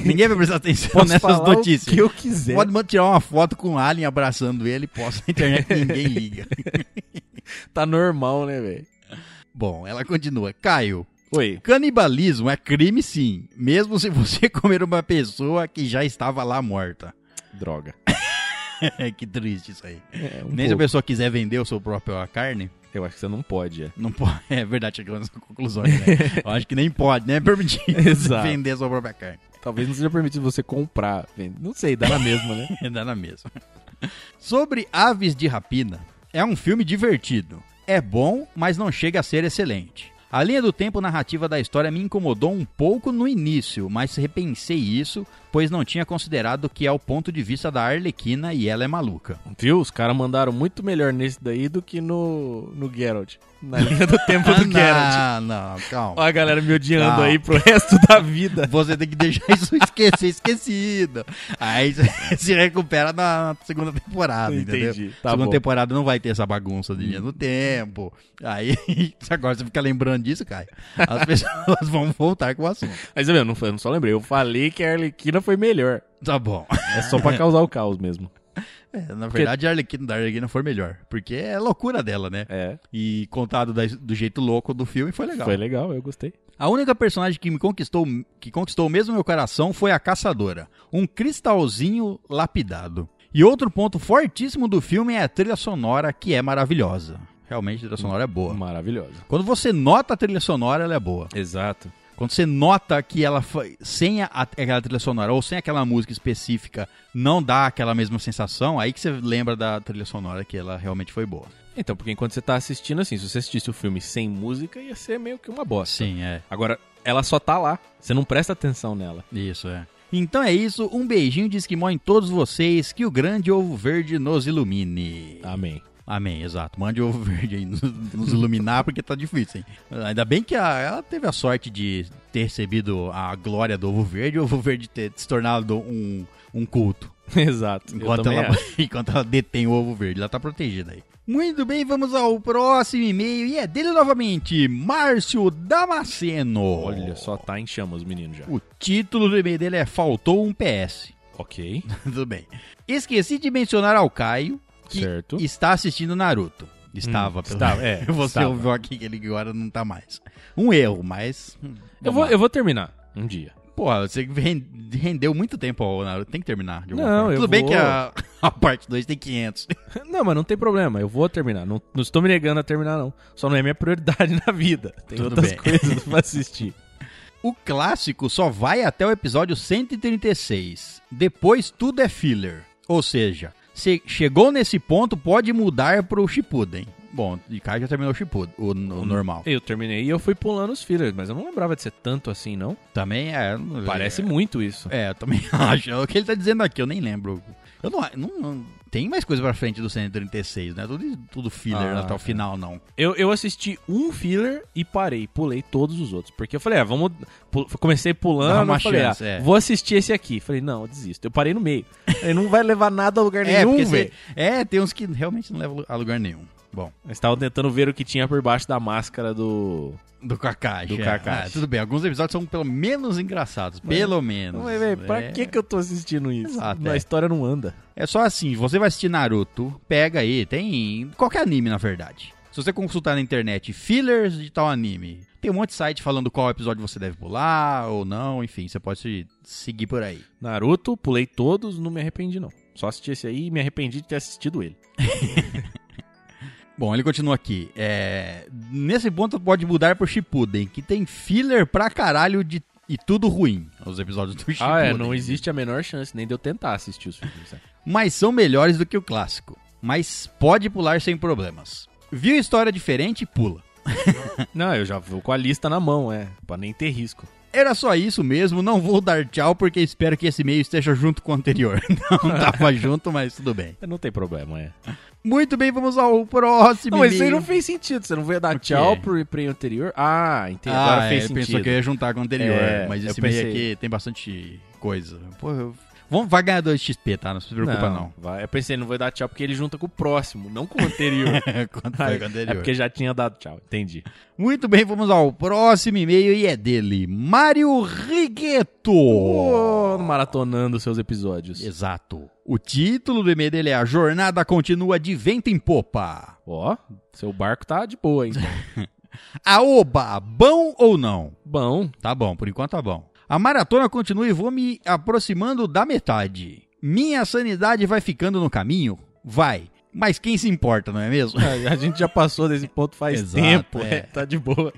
Ninguém vai prestar atenção Posso nessas falar notícias. O que eu quiser. Pode mandar tirar uma foto com um alien abraçando ele e posta na internet ninguém liga. Tá normal, né, velho? Bom, ela continua. Caio, Oi. canibalismo é crime sim, mesmo se você comer uma pessoa que já estava lá morta. Droga. que triste isso aí. É, um Nem se a pouco. pessoa quiser vender o seu próprio a carne, Eu acho que você não pode. É. não pode. É verdade, chegamos nessa conclusão. Né? Eu acho que nem pode, né? Permitir você Exato. vender a sua própria carne. Talvez não seja permitido você comprar. vender. Não sei, dá na mesma, né? Dá na mesma. Sobre Aves de Rapina. É um filme divertido. É bom, mas não chega a ser excelente. A linha do tempo narrativa da história me incomodou um pouco no início, mas repensei isso, pois não tinha considerado que é o ponto de vista da Arlequina e ela é maluca. Viu? Os caras mandaram muito melhor nesse daí do que no, no Geralt. Na linha do tempo do Geralt. Ah, não, Ó calma. a galera me odiando Calma. aí pro resto da vida. Você tem que deixar isso esquecer, esquecido. Aí você se recupera na segunda temporada, entendeu? Entendi. Tá segunda bom. temporada não vai ter essa bagunça de linha do tempo. Aí, agora você fica lembrando disso, Caio. As pessoas vão voltar com o assunto. Mas eu mesmo, não, foi- eu não só lembrei. Eu falei que a Arlequina foi melhor. Tá bom. É só pra causar o caos mesmo. É, na verdade, a Arlequina da Arlequina foi melhor. Porque é loucura dela, né? É. E contado da- do jeito louco do filme foi legal. Foi legal, eu gostei. A única personagem que me conquistou, que conquistou mesmo meu coração foi a caçadora, um cristalzinho lapidado. E outro ponto fortíssimo do filme é a trilha sonora, que é maravilhosa. Realmente a trilha sonora é boa. Maravilhosa. Quando você nota a trilha sonora, ela é boa. Exato. Quando você nota que ela fa- sem a- aquela trilha sonora ou sem aquela música específica não dá aquela mesma sensação, aí que você lembra da trilha sonora que ela realmente foi boa. Então, porque enquanto você tá assistindo, assim, se você assistisse o filme sem música, ia ser meio que uma bosta. Sim, é. Agora, ela só tá lá. Você não presta atenção nela. Isso, é. Então é isso, um beijinho de esquimó em todos vocês, que o grande ovo verde nos ilumine. Amém. Amém, exato. Mande ovo verde aí nos, nos iluminar, porque tá difícil, hein? Ainda bem que a- ela teve a sorte de ter recebido a glória do ovo verde, o ovo verde ter se tornado um, um culto. Exato. Eu Enquanto também ela, acho. enquanto ela detém o ovo verde, ela tá protegida aí. Muito bem, vamos ao próximo e-mail, e é dele novamente, Márcio Damasceno. Olha só, tá em chamas, menino já. O título do e-mail dele é Faltou um PS. Ok. Tudo bem. Esqueci de mencionar ao Caio que Certo. está assistindo Naruto. Estava, pelo estava, é, Você estava. ouviu aqui que ele agora não tá mais. Um erro, mas. Hum. Eu vou, eu vou terminar um dia. Porra, você ren- rendeu muito tempo ao Naruto. Tem que terminar. De alguma Não, forma. eu Tudo bem vou. que a, a parte 2 tem 500. Não, mas não tem problema, eu vou terminar. Não, não estou me negando a terminar, não. Só não é minha prioridade na vida. Tem Tudo outras bem. coisas pra assistir. O clássico só vai até o episódio 136. Depois tudo é filler. Ou seja, se chegou nesse ponto, pode mudar pro Shippuden. Bom, o Kai já terminou o Shippuden, o, o normal. Eu terminei e eu fui pulando os fillers, mas eu não lembrava de ser tanto assim, não. Também é... Parece é, muito isso. É, eu também acho. É o que ele tá dizendo aqui, eu nem lembro. Eu não... não, não- tem mais coisa pra frente do 136, né? Tudo, tudo filler Ah, até o tá. final, não. Eu, eu assisti um filler e parei, pulei todos os outros. Porque eu falei, ah, vamos. pu- Comecei Dá pulando, uma eu falei, chance, ah, é. vou assistir esse aqui. Falei, não, eu desisto. Eu parei no meio. Ele não vai levar nada a lugar nenhum, É, porque velho. você- é, tem uns que realmente não levam a lugar nenhum. Bom, Eles estavam tentando ver o que tinha por baixo da máscara do. Do Kakashi. Do é. Kakashi. Ah, tudo bem, alguns episódios são pelo menos engraçados. Pelo menos. Ué, velho, pra é... que que eu tô assistindo isso? Exato, A é. história não anda. É só assim, você vai assistir Naruto, pega aí, tem qualquer anime, na verdade. Se você consultar na internet fillers de tal anime, tem um monte de site falando qual episódio você deve pular ou não, enfim, você pode se- seguir por aí. Naruto, pulei todos, não me arrependi não. Só assisti esse aí e me arrependi de ter assistido ele. Bom, ele continua aqui. É, nesse ponto pode mudar pro Shippuden, que tem filler pra caralho de, e tudo ruim. Os episódios do Shippuden. Ah, é, não existe a menor chance nem de eu tentar assistir os filmes. né? mas são melhores do que o clássico. Mas pode pular sem problemas. Viu história diferente? Pula. não, eu já vou com a lista na mão, é, pra nem ter risco. Era só isso mesmo, não vou dar tchau porque espero que esse e-mail esteja junto com o anterior. Não tava junto, mas tudo bem. É, Não tem problema, é. Muito bem, vamos ao próximo. Não, Ah, mas isso aí e-mail. não fez sentido. Você não veio dar Por quê? tchau pro e-mail anterior? Ah, entendi. Ah, Agora fez é, sentido. pensou que eu ia juntar com o anterior, É, mas eu esse e-mail pensei. aqui tem bastante coisa. Pô, eu... Vamos, vai ganhar 2 XP, tá? Não se preocupa, não. vai- eu pensei, não vou dar tchau porque ele junta com o próximo, não com o anterior. Quanto Ah, foi com o anterior? é porque já tinha dado tchau, entendi. Muito bem, vamos ao próximo e-mail e é dele, Mário Rigueto. Ô, maratonando seus episódios. Exato. O título do e-mail dele é A Jornada Continua de Vento em Popa. Ó, seu barco tá de boa, hein? Aoba, bom ou não? Bom, Tá bom, por enquanto tá bom. A maratona continua e vou me aproximando da metade. Minha sanidade vai ficando no caminho? Vai. Mas quem se importa, não é mesmo? A, a gente já passou desse ponto faz Exato, tempo, é. é, tá de boa.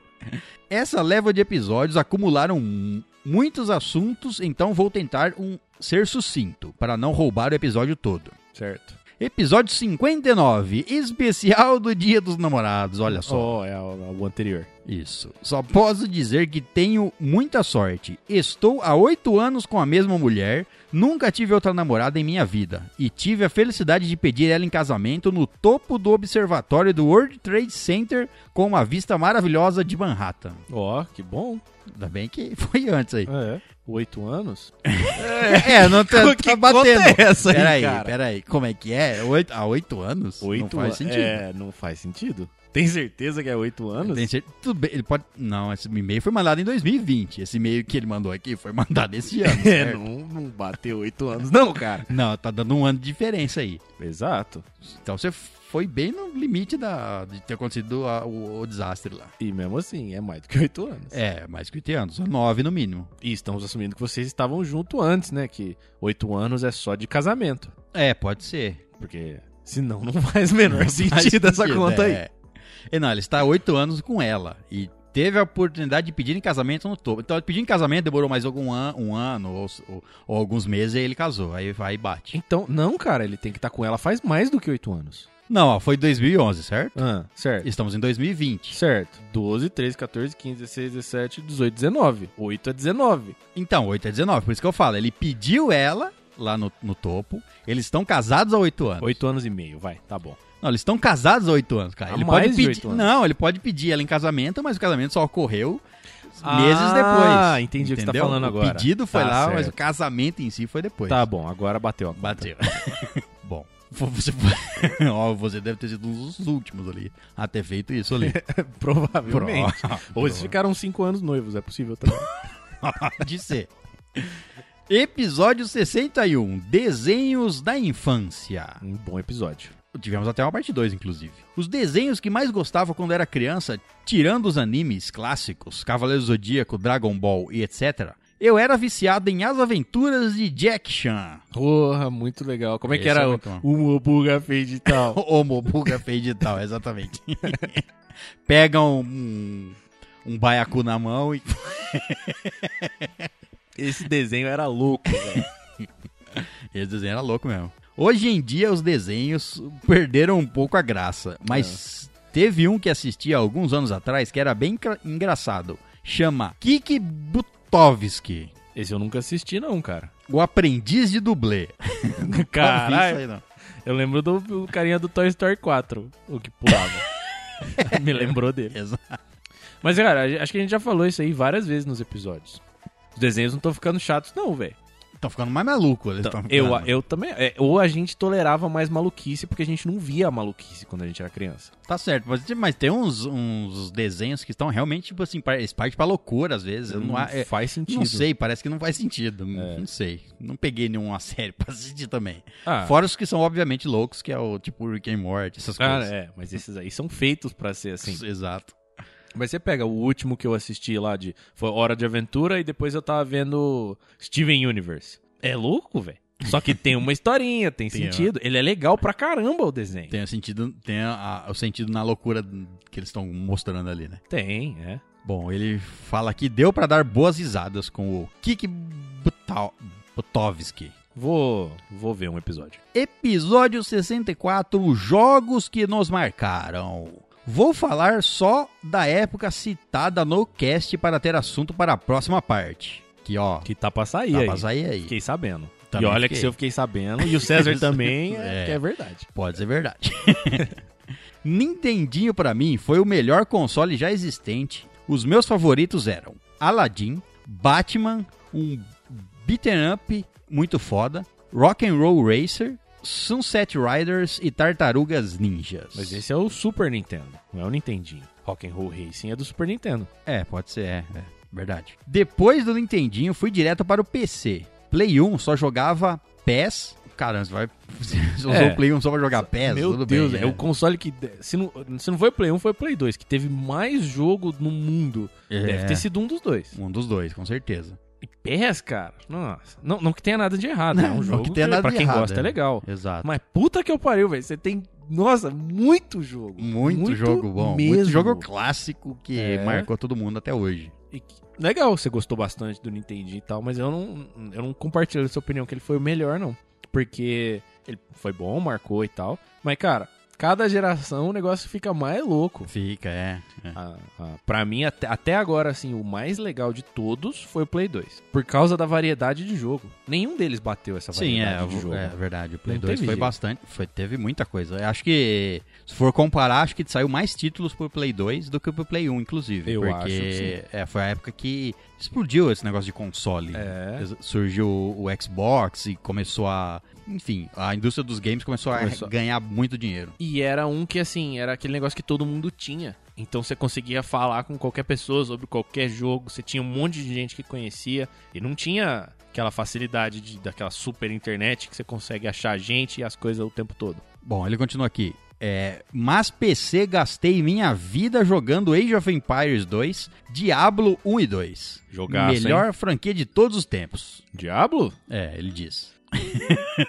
Essa leva de episódios acumularam mu- muitos assuntos, então vou tentar um ser sucinto, para não roubar o episódio todo. Certo. Episódio 59, especial do Dia dos Namorados, olha só. Só é o, o anterior. Isso. Só posso dizer que tenho muita sorte. Estou há oito anos com a mesma mulher, nunca tive outra namorada em minha vida. E tive a felicidade de pedir ela em casamento no topo do observatório do World Trade Center com uma vista maravilhosa de Manhattan. Ó, que bom. Ainda bem que foi antes aí. É. Oito anos? É, não tá, Que tá conta é batendo. essa aí, peraí, cara? peraí. Como é que é? Oito, há oito anos? Oito não faz an- sentido. É, não faz sentido. Tem certeza que é oito anos? Tem certeza. Tudo bem, ele pode. Não, esse e-mail foi mandado em 2020. Esse e-mail que ele mandou aqui foi mandado esse ano. É, certo? não, não bateu oito anos, não, cara. Não, tá dando um ano de diferença aí. Exato. Então você foi bem no limite da, de ter acontecido a- o, o desastre lá. E mesmo assim, é mais do que oito anos. É, mais que 8 anos, 9 no mínimo. E estamos assumindo que vocês estavam junto antes, né? Que oito anos é só de casamento. É, pode ser. Porque senão não faz o menor sentido Faz essa sentido, conta aí. é. E não, ele está há 8 anos com ela e teve a oportunidade de pedir em casamento no topo. Então, ele pediu em casamento, demorou mais algum an, um ano ou, ou- ou alguns meses e aí ele casou. Aí vai e bate. Então, não, cara, ele tem que estar com ela faz mais do que oito anos. Não, ó, foi 2011, certo? Ah, certo. Estamos em 2020. Certo. 12, 13, 14, 15, 16, 17, 18, 19. 8 é 19. Então, 8 é 19, por isso que eu falo. Ele pediu ela lá no, no topo. Eles estão casados há 8 anos. 8 anos e meio, vai, tá bom. Não, eles estão casados há 8 anos, cara. Há ele mais pode de pedir. oito anos. Não, ele pode pedir ela em casamento, mas o casamento só ocorreu meses Ah, depois. entendi o que você tá entendeu? falando agora. O pedido foi Tá lá, mas certo. o casamento em si foi depois. Tá bom, agora bateu. a conta. Bateu. Bom, você, foi- ó, você deve ter sido um dos últimos ali a ter feito isso ali. Provavelmente. Ou eles Pro- ficaram 5 anos noivos, é possível também. de ser. Episódio 61: Desenhos da Infância. um bom episódio. Tivemos até uma parte 2, inclusive. Os desenhos que mais gostava quando era criança, tirando os animes clássicos, Cavaleiro do Zodíaco, Dragon Ball e etc., eu era viciado em As Aventuras de Jack Chan. Porra, muito legal. Como é que Esse era é o, muito bom. o Mobuga fez e tal? Homobuga feio de tal, exatamente. Pega um, um, um baiacu na mão e. Esse desenho era louco, velho. Esse desenho era louco mesmo. Hoje em dia, os desenhos perderam um pouco a graça, mas É. teve um que assisti há alguns anos atrás que era bem cra- engraçado. Chama Kiki Butovski, Esse eu nunca assisti, não, cara. o aprendiz de dublê. Não vi Caralho, isso aí, não. eu lembro do, do carinha do Toy Story 4, o que pulava. Me lembrou dele. Exato. Mas, cara, a- acho que a gente já falou isso aí várias vezes nos episódios. Os desenhos não estão ficando chatos, não, velho. Tão tá ficando mais maluco. Eles tão Tá, Eu, ficando. eu também. é, ou a gente tolerava mais maluquice porque a gente não via a maluquice quando a gente era criança. Tá certo, mas, mas tem uns, uns desenhos que estão realmente, tipo assim, par- eles partem pra loucura às vezes. Eu não, a- é- faz sentido. É. Não sei, parece que não faz sentido. Não sei. Não peguei nenhuma série pra assistir também. Ah, Fora os que são obviamente loucos, que é o tipo Rick and Morty, essas cara, coisas. é, mas esses aí são feitos pra ser assim. Exato. Mas você pega o último que eu assisti lá de foi Hora de Aventura e depois eu tava vendo Steven Universe. É louco, velho. Só que tem uma historinha, tem Tem, ó. sentido. Ele é legal pra caramba o desenho. Tem o sentido, tem a- a- o sentido na loucura que eles estão mostrando ali, né? Tem, é. Bom, ele fala que deu pra dar boas risadas com o Kik Buta- Butovski. Vou, vou ver um episódio. Episódio 64: Jogos que nos marcaram. Vou falar só da época citada no cast para ter assunto para a próxima parte. Que ó, Que tá pra sair dá aí. pra sair aí. Fiquei sabendo. Também e olha fiquei. que se eu fiquei sabendo. E o César também, é, É. que é verdade. Pode ser verdade. Nintendinho pra mim foi o melhor console já existente. Os meus favoritos eram Aladdin, Batman, um beaten up muito foda, Rock and Roll Racer, Sunset Riders e Tartarugas Ninjas. Mas esse é o Super Nintendo, não é o Nintendinho. Rock'n'Roll Racing é do Super Nintendo. É, pode ser, é, é, verdade. Depois do Nintendinho, fui direto para o PC. Play 1 só jogava PES. Caramba, você, vai... você usou É. o Play 1 só pra jogar PES? Meu Tudo Deus, bem, né? é o console que. de- Se não, se não foi o Play 1, foi o Play 2, que teve mais jogo no mundo. É. Deve ter sido um dos dois. Um dos dois, com certeza. E PES, cara, nossa. Não, não que tenha nada de errado, Não, é um não jogo que tenha que, nada pra de quem errado, gosta é é. legal. Exato. Mas puta que eu pariu, velho. Você tem, nossa, muito jogo. Muito, jogo bom. Mesmo. Muito jogo clássico que É. marcou todo mundo até hoje. E que- Legal, você gostou bastante do Nintendo e tal, mas eu não, eu não compartilho essa opinião que ele foi o melhor, não. Porque ele foi bom, marcou e tal. Mas, cara, Cada geração o negócio fica mais louco. Fica, é. é. Ah, ah, pra mim, até, até agora, assim, o mais legal de todos foi o Play 2. Por causa da variedade de jogo. Nenhum deles bateu essa Sim, é, variedade de jogo. é verdade. O Play Não 2 teve foi jeito. bastante. Foi, teve muita coisa. Eu Acho que, se for comparar, acho que saiu mais títulos pro Play 2 do que pro Play 1, inclusive. Eu porque acho que é, foi a época que explodiu esse negócio de console. É. Surgiu o Xbox e começou a. Enfim, a indústria dos games começou, Começou. a ganhar muito dinheiro. E era um que, assim, era aquele negócio que todo mundo tinha. Então você conseguia falar com qualquer pessoa sobre qualquer jogo. Você tinha um monte de gente que conhecia. E não tinha aquela facilidade de, daquela super internet que você consegue achar gente e as coisas o tempo todo. Bom, ele continua aqui. É, mas PC gastei minha vida jogando Age of Empires 2, Diablo 1 e 2. Jogaço, hein? Melhor franquia de todos os tempos. Diablo? Tá É, ele diz.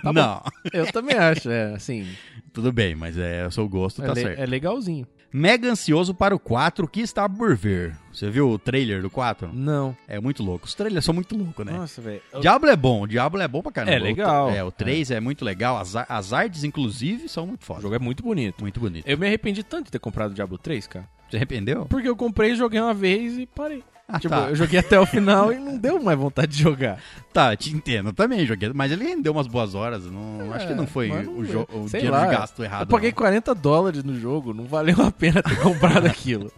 bom. Não, Eu também acho, é, assim. tudo bem, mas é o seu gosto, é, tá le- certo. é legalzinho. Mega ansioso para o 4 que está por vir. Você viu o trailer do 4? Não. É muito louco. Os trailers são muito loucos, né? Nossa, velho. Diablo é bom, Diablo é bom pra caramba. Ah, É legal. O, é, o 3 é. muito legal, as, a- as artes, inclusive, são muito O fodas. jogo é muito bonito. Muito bonito. Eu me arrependi tanto de ter comprado o Diablo 3, cara. Você arrependeu? Porque eu comprei, joguei uma vez e parei. Ah, tipo, tá. eu joguei até o final e não deu mais vontade de jogar. Tá, te entendo. Eu também joguei, mas ele rendeu umas boas horas. Não, acho que não foi É, mas não- o, jo- o sei dinheiro lá, de gasto errado. eu paguei não. 40 dólares no jogo, não valeu a pena ter comprado aquilo.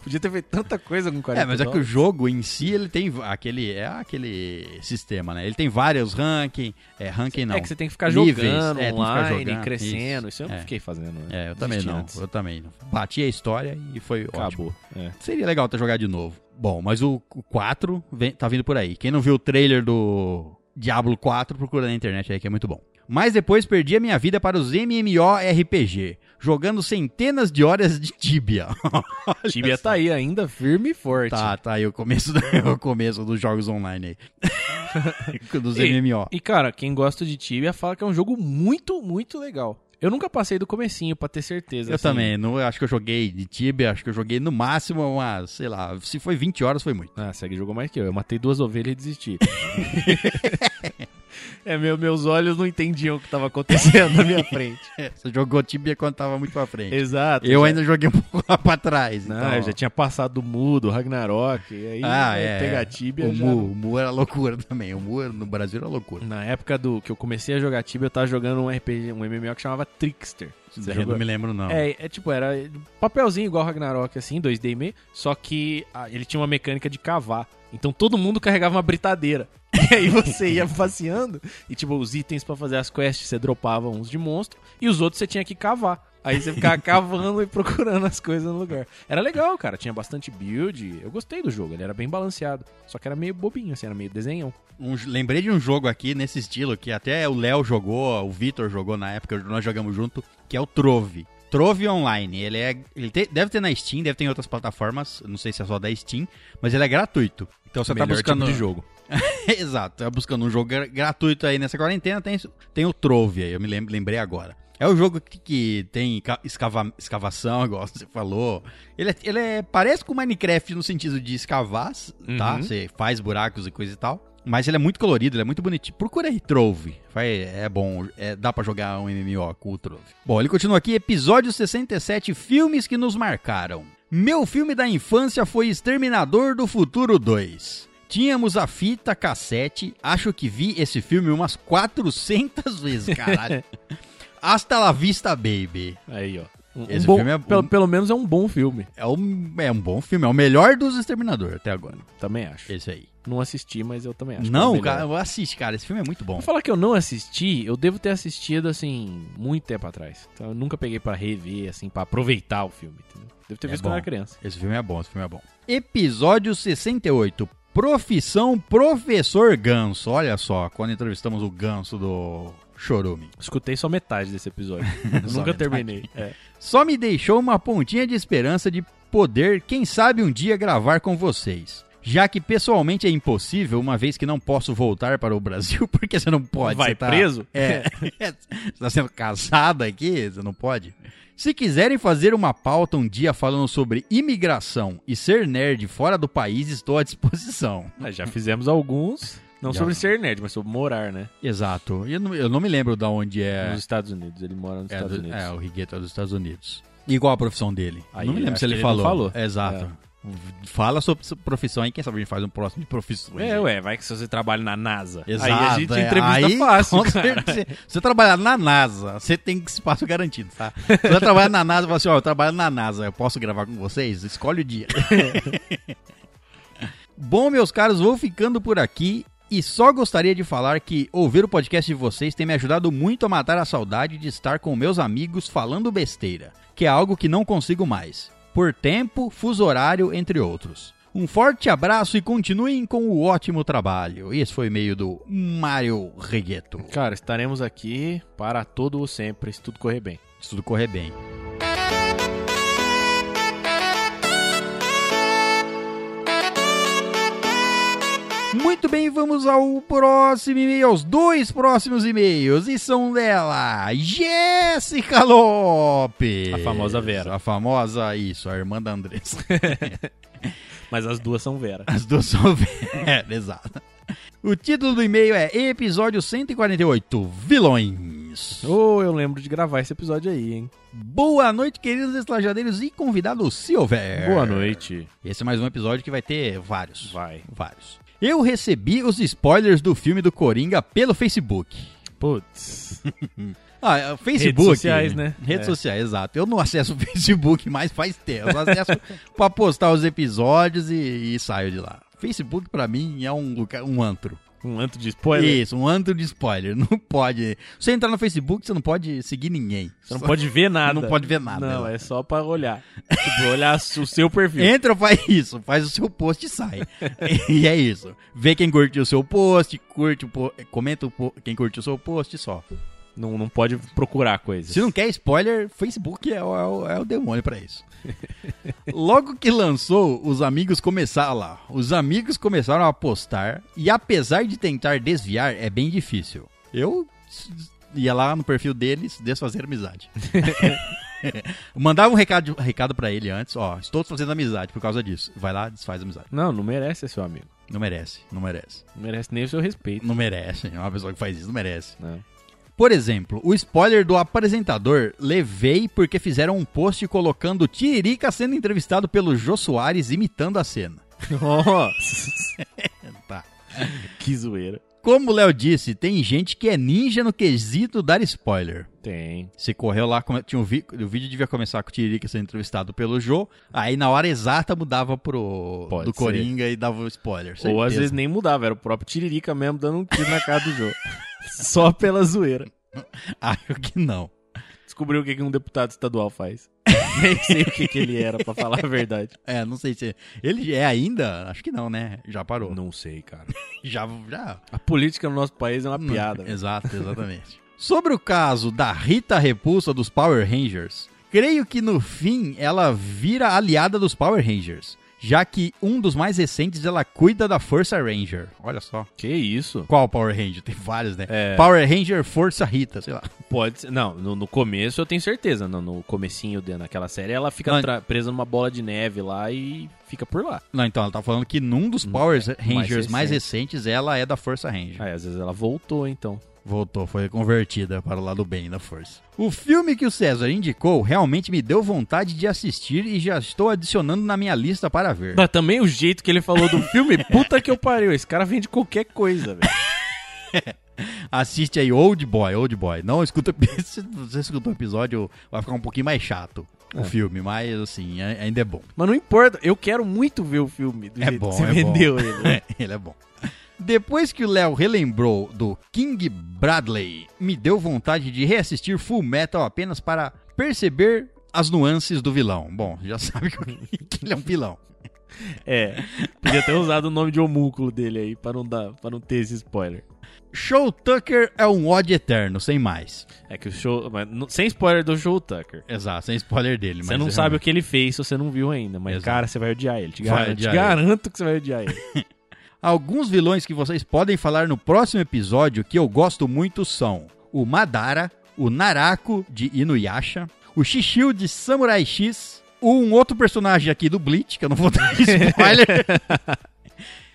Podia ter feito tanta coisa com 40 É, mas é que o dólares. jogo em si, ele tem va- aquele, é aquele sistema, né? Ele tem vários ranking, é, ranking não. É que você tem que ficar Níveis, jogando é, tem que ficar online, jogando, crescendo. Isso, eu não É. fiquei fazendo. né? É, eu também Desisti não, antes. eu também não. Bati a história e foi ótimo. Acabou. É. Seria legal ter jogado de novo. Bom, mas o 4 vem- tá vindo por aí. Quem não viu o trailer do Diablo 4, procura na internet aí que é muito bom. Mas depois perdi a minha vida para os MMORPG, jogando centenas de horas de Tibia. Tibia tá aí ainda, firme e forte. Tá, tá aí o começo, do, o começo dos jogos online aí. dos E- MMO. E cara, quem gosta de Tibia fala que é um jogo muito, muito legal. Eu nunca passei do comecinho pra ter certeza. Eu assim. também, não, eu acho que eu joguei de Tibia, acho que eu joguei no máximo umas, sei lá, se foi 20 horas foi muito. Ah, segue jogou mais que eu. Eu matei duas ovelhas e desisti. é, meu, meus olhos não entendiam o que tava acontecendo na minha frente. Você jogou Tibia quando tava muito pra frente. É. Exato. Eu já- ainda joguei um pouco lá pra trás. Não, é então, eu já tinha passado o Mu, do Ragnarok. E aí, Ah, né, é, pegar é. a Tibia. o, já- Mu, o Mu era loucura também. O Mu no Brasil era loucura. Na época do que eu comecei a jogar Tibia, eu tava jogando um RPG, um MMO que chamava Trickster. Você eu jogou? não me lembro, não. É, é tipo, era papelzinho igual Ragnarok, assim, 2D e meio, só que ah, ele tinha uma mecânica de cavar. Então todo mundo carregava uma britadeira. E aí você ia passeando e, tipo, os itens pra fazer as quests você dropava uns de monstro e os outros você tinha que cavar. Aí você ficava cavando e procurando as coisas no lugar. Era legal, cara. Tinha bastante build. Eu gostei do jogo. Ele era bem balanceado. Só que era meio bobinho, assim, era meio desenhão. Um- lembrei de um jogo aqui nesse estilo que até o Léo jogou, o Vitor jogou na época, nós jogamos junto, que é o Trove. Trove Online, ele é. Ele te- deve ter na Steam, deve ter em outras plataformas, não sei se é só da Steam, mas ele é gratuito. Então você tá Melhor buscando. tipo de jogo. Exato, tá buscando um jogo gra- gratuito aí nessa quarentena, tem, isso- tem o Trove aí, eu me lem- lembrei agora. É o jogo que, que tem ca- escava- escavação, igual você falou. Ele, é, ele é- parece com Minecraft no sentido de escavar, s- tá? Uhum. Você faz buracos e coisa e tal. Mas ele é muito colorido, ele é muito bonitinho. Procura aí, Trove. Vai, é bom, é- dá pra jogar um MMO com o Trove. Bom, ele continua aqui, episódio 67, filmes que nos marcaram. Meu filme da infância foi Exterminador do Futuro 2. Tínhamos a fita cassete, acho que vi esse filme umas 400 vezes, caralho. Hasta la vista, baby. Aí, ó. Um, um Esse bom, filme é- pelo, pelo menos é um bom filme. É um, é um bom filme, é o melhor dos Exterminador até agora. Também acho. Esse aí. Não assisti, mas eu também acho. que é o não, melhor. cara, assiste, cara, esse filme é muito bom. Pra falar que eu não assisti, eu devo ter assistido, assim, muito tempo atrás. Então eu nunca peguei pra rever, assim, pra aproveitar o filme, entendeu? Devo ter É visto quando bom. eu era criança. Esse filme é bom, esse filme é bom. Episódio 68. Profissão Professor Ganso. Olha só, quando entrevistamos o Ganso do Chorume. Escutei só metade desse episódio. Só nunca metade. terminei. É. Só me deixou uma pontinha de esperança de poder, quem sabe um dia, gravar com vocês. Já que pessoalmente é impossível, uma vez que não posso voltar para o Brasil, porque você não pode. Vai você tá- preso? É. você tá sendo casado aqui, você não pode. Se quiserem fazer uma pauta um dia falando sobre imigração e ser nerd fora do país, estou à disposição. Mas já Ah, fizemos alguns. Não Já. sobre ser nerd, mas sobre morar, né? Exato. E Eu não, eu não me lembro de onde é. Nos Estados Unidos. Ele mora nos é, Estados do- Unidos. é, o Rigueto é dos Estados Unidos. E qual a profissão dele? Aí, não me lembro acho se ele, que ele não falou. falou. É. Exato. Fala sobre sua profissão aí, quem sabe a gente faz um próximo de profissões. É, aí. ué, vai que se você trabalha na NASA. Exato. Aí a gente é. entrevista Aí, fácil, com cara. certeza. Se você trabalhar na NASA, você tem que espaço garantido, tá? Se você trabalhar na NASA, você fala assim, ó, eu trabalho na NASA, eu posso gravar com vocês? Escolhe o dia. Bom, meus caros, vou ficando por aqui. E só gostaria de falar que ouvir o podcast de vocês tem me ajudado muito a matar a saudade de estar com meus amigos falando besteira, que é algo que não consigo mais, por tempo, fuso horário, entre outros. Um forte abraço e continuem com o ótimo trabalho. Esse foi meio do Mário Regueto. Cara, estaremos aqui para todo o sempre, se tudo correr bem. Se tudo correr bem. Muito bem, vamos ao próximo e-mail, aos dois próximos e-mails, e são dela, Jéssica Lopes. A famosa Vera. A famosa, isso, a irmã da Andressa. Mas as duas são Vera. As duas são velhas, exato. O título do e-mail é Episódio 148, Vilões. Ô, eu lembro de gravar esse episódio aí, hein? Boa noite, queridos estalajadeiros e convidado Silver. Boa noite. Esse é mais um episódio que vai ter vários. Vai. Vários. Eu recebi os spoilers do filme do Coringa pelo Facebook. Putz. Ah, é, Facebook. Redes sociais, né? Redes É. sociais, exato. Eu não acesso o Facebook mais faz tempo. Eu acesso pra postar os episódios e, e saio de lá. Facebook, pra mim, é um lugar, um antro. Um anto de spoiler. Isso, um antro de spoiler. Não pode. Se você entrar no Facebook, você não pode seguir ninguém. Você não pode ver nada. Não pode ver nada, Não, né? É? é só pra olhar. tipo, olhar o seu perfil. Entra, faz isso, faz o seu post e sai. e é isso. Vê quem curtiu o seu post, curte o po- comenta o po- quem curtiu o seu post e só. Não, não pode procurar coisas. Se não quer spoiler, Facebook é o, é o- é o demônio pra isso. Logo que lançou, os amigos começaram lá. Os amigos começaram a postar e apesar de tentar desviar, é bem difícil. Eu s- s- ia lá no perfil deles desfazer amizade. Mandava um recado, recado para ele antes, ó, estou fazendo amizade por causa disso. Vai lá, desfaz a amizade. Não, não merece ser seu amigo. Não merece, não merece. Não merece nem o seu respeito. né? Não merece, uma pessoa que faz isso não merece. Não. Por exemplo, o spoiler do apresentador levei porque fizeram um post colocando o Tiririca sendo entrevistado pelo Jô Soares imitando a cena. Nossa. Tá. que zoeira. Como o Léo disse, tem gente que é ninja no quesito dar spoiler. Tem. Você correu lá, come- tinha um vi- o vídeo devia começar com o Tiririca sendo entrevistado pelo Jô, aí na hora exata mudava pro Pode do ser. Coringa e dava o spoiler. Ou às certeza. vezes nem mudava, era o próprio Tiririca mesmo dando um tiro na cara do jogo. Só pela zoeira. Acho que não. Descobriu o que que um deputado estadual faz. Nem sei o que, que ele era, pra falar a verdade. É, não sei se. Ele é ainda? Acho que não, né? Já parou. Não sei, cara. Já, já A política no nosso país é uma piada. velho. Exato, exatamente. Sobre o caso da Rita Repulsa dos Power Rangers, creio que no fim ela vira aliada dos Power Rangers, já que um dos mais recentes ela cuida da Força Ranger. Olha só. Que isso? Qual Power Ranger? Tem vários, né? É. Power Ranger Força Rita, sei lá. Pode ser. Não, no, no começo eu tenho certeza. No, no comecinho de, naquela série, ela fica Não. tra- presa numa bola de neve lá e fica por lá. Não, então ela tá falando que num dos Hum, Power Rangers mais, é, recente. recentes ela é da Força Ranger. Aí às vezes ela voltou, então. Voltou, foi convertida para o lado bem da força. O filme que o César indicou realmente me deu vontade de assistir e já estou adicionando na minha lista para ver. Mas também o jeito que ele falou do filme, puta que eu pariu. Esse cara vende qualquer coisa, velho. Assiste aí Old Boy, Old Boy. Não escuta, se você escuta o episódio, vai ficar um pouquinho mais chato o filme, mas assim, a- ainda é bom. Mas não importa, eu quero muito ver o filme do É jeito bom, que você é bom. vendeu ele. né? É, ele é bom. Depois que o Léo relembrou do King Bradley, me deu vontade de reassistir Full Metal apenas para perceber as nuances do vilão. Bom, já sabe que que ele é um vilão. É. Podia ter usado o nome de homúnculo dele aí pra não dar, para não ter esse spoiler. Show Tucker é um ódio eterno, sem mais. É que o show, mas não- sem spoiler do show Tucker. Exato, sem spoiler dele. é um Você não sabe o que ele fez se você não viu ainda, mas Exato. cara, você é. vai odiar ele. Te Vai garanto, te odiar ele. garanto que você vai odiar ele. Alguns vilões que vocês podem falar no próximo episódio que eu gosto muito são o Madara, o Narako de Inuyasha, o Shishio de Samurai X, um outro personagem aqui do Bleach, que eu não vou dar spoiler,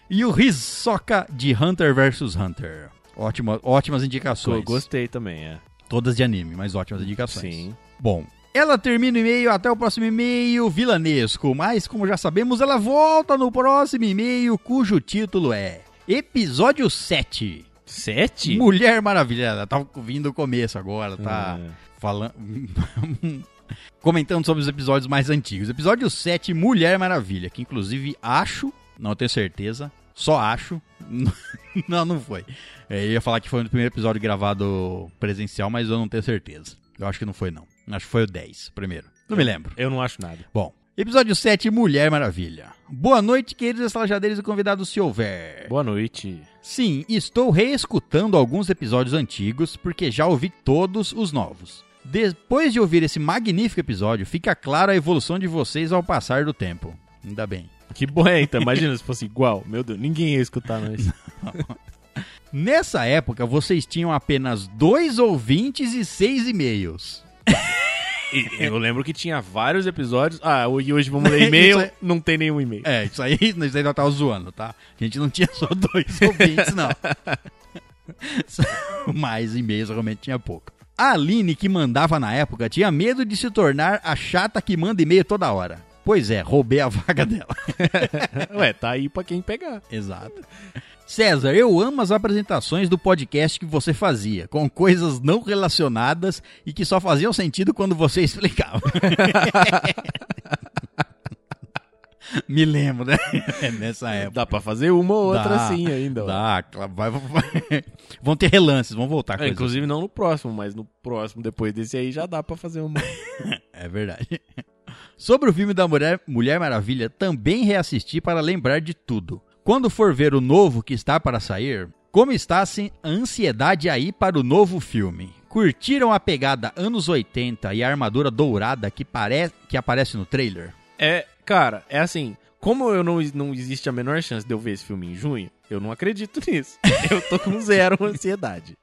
E o Hisoka de Hunter vs Hunter. Ótima, ótimas indicações. Eu gostei também, é. Todas de anime, mas ótimas indicações. Sim. Bom, ela termina o e-mail, até o próximo e-mail vilanesco, mas como já sabemos, ela volta no próximo e-mail, cujo título é Episódio 7. Sete? Mulher Maravilha, ela tá vindo o começo agora, tá É. falando. comentando sobre os episódios mais antigos. Episódio 7, Mulher Maravilha, que inclusive acho, não tenho certeza, só acho. não, não foi. É, Eu ia falar que foi no primeiro episódio gravado presencial, mas eu não tenho certeza. Eu acho que não foi, não. Acho que foi o 10, primeiro. Não me lembro. Eu não acho nada. Bom, episódio 7, Mulher Maravilha. Boa noite, queridos estalajadeiros e convidados, se houver. Boa noite. Sim, estou reescutando alguns episódios antigos porque já ouvi todos os novos. Depois de ouvir esse magnífico episódio, fica clara a evolução de vocês ao passar do tempo. Ainda bem. Que bom é, então. Imagina se fosse igual. Meu Deus, ninguém ia escutar nós. Nessa época, vocês tinham apenas dois ouvintes e seis e-mails. E- Eu lembro que tinha vários episódios. Ah, e hoje vamos ler e-mail. Isso Não tem nenhum e-mail. É, isso aí, nós ainda tava zoando, tá? A gente não tinha só dois ouvintes, não. Mais e-mails realmente tinha pouco. A Aline, que mandava na época, tinha medo de se tornar a chata que manda e-mail toda hora. Pois é, roubei a vaga dela. Ué, tá aí pra quem pegar. Exato. César, eu amo as apresentações do podcast que você fazia, com coisas não relacionadas e que só faziam sentido quando você explicava. Me lembro, né? Nessa época. Dá pra fazer uma ou outra Dá, assim ainda. ó. Dá, cla- vai- vai- vão ter relances, vão voltar. É, coisas. inclusive não no próximo, mas no próximo, depois desse aí, já dá pra fazer uma. É verdade. Sobre o filme da Mulher, Mulher Maravilha, também reassisti para lembrar de tudo. Quando for ver o novo que está para sair, como está assim, a ansiedade aí para o novo filme? Curtiram a pegada anos 80 e a armadura dourada que, pare... que aparece no trailer? É, cara, é assim. Como eu não, não existe a menor chance de eu ver esse filme em junho, eu não acredito nisso. Eu tô com zero ansiedade.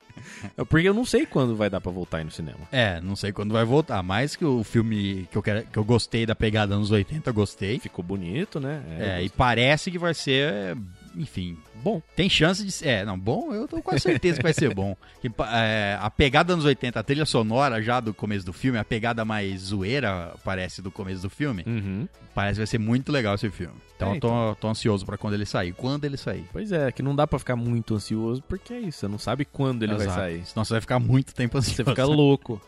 É Porque eu não sei quando vai dar pra voltar aí no cinema. É, não sei quando vai voltar, mas que o filme que eu, quero, que eu gostei da pegada anos 80, eu gostei. Ficou bonito, né? É, e parece que vai ser, enfim, bom. Tem chance de. ser- É, não, bom, eu tô com certeza que vai ser bom. Que, pa- é, a pegada anos 80, a trilha sonora já do começo do filme, a pegada mais zoeira, parece, do começo do filme. Uhum. Parece que vai ser muito legal esse filme. Então É, eu tô, tô ansioso pra quando ele sair. Quando ele sair. Pois é, que não dá pra ficar muito ansioso, porque é isso, você não sabe quando ele vai Exato. sair. Senão você vai ficar muito tempo ansioso. Você É. fica louco.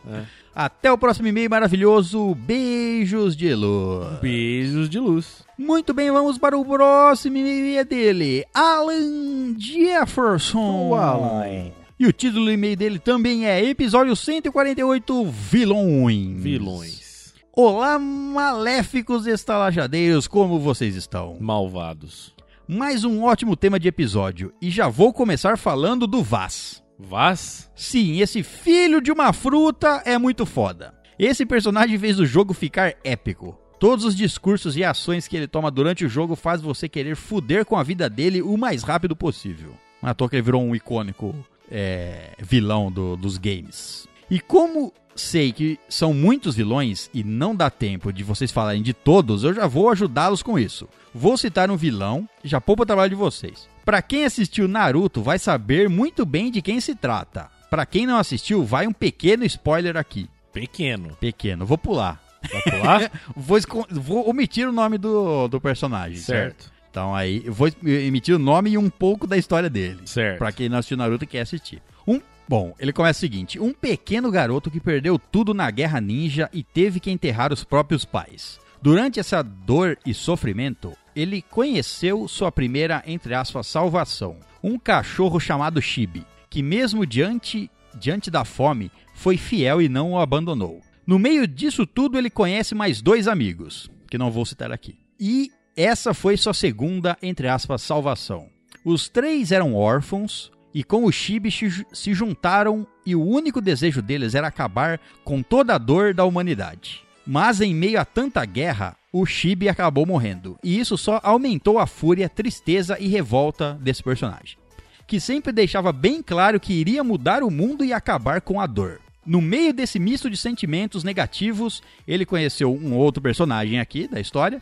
Até o próximo e-mail maravilhoso. Beijos de luz. Beijos de luz. Muito bem, vamos para o próximo e-mail e é dele, Alan Jefferson. O Alan. E o título do e-mail dele também é Episódio 148 Vilões. Vilões. Olá, maléficos estalajadeiros, como vocês estão? Malvados. Mais um ótimo tema de episódio e já vou começar falando do Vaz. Vaz? Sim, esse filho de uma fruta é muito foda. Esse personagem fez o jogo ficar épico. Todos os discursos e ações que ele toma durante o jogo faz você querer fuder com a vida dele o mais rápido possível. Na toa que ele virou um icônico é, vilão do- dos games. E como sei que são muitos vilões e não dá tempo de vocês falarem de todos, eu já vou ajudá-los com isso. Vou citar um vilão, já poupa o trabalho de vocês. Pra quem assistiu Naruto, vai saber muito bem de quem se trata. Pra quem não assistiu, vai um pequeno spoiler aqui. Pequeno. Pequeno, vou pular. Vai pular? Vou, esco- vou omitir o nome do, do personagem, certo. certo. Então aí, eu vou emitir o nome e um pouco da história dele. Certo. Pra quem não assistiu Naruto e quer assistir. Um, bom, ele começa o seguinte: um pequeno garoto que perdeu tudo na guerra ninja e teve que enterrar os próprios pais. Durante essa dor e sofrimento, ele conheceu sua primeira, entre aspas, salvação. Um cachorro chamado Chibi, que mesmo diante, diante da fome, foi fiel e não o abandonou. No meio disso tudo, ele conhece mais dois amigos, que não vou citar aqui. E essa foi sua segunda, entre aspas, salvação. Os três eram órfãos e com o Chibi se ju- se juntaram e o único desejo deles era acabar com toda a dor da humanidade. Mas em meio a tanta guerra, o Chibi acabou morrendo. E isso só aumentou a fúria, tristeza e revolta desse personagem que sempre deixava bem claro que iria mudar o mundo e acabar com a dor. No meio desse misto de sentimentos negativos, ele conheceu um outro personagem aqui da história,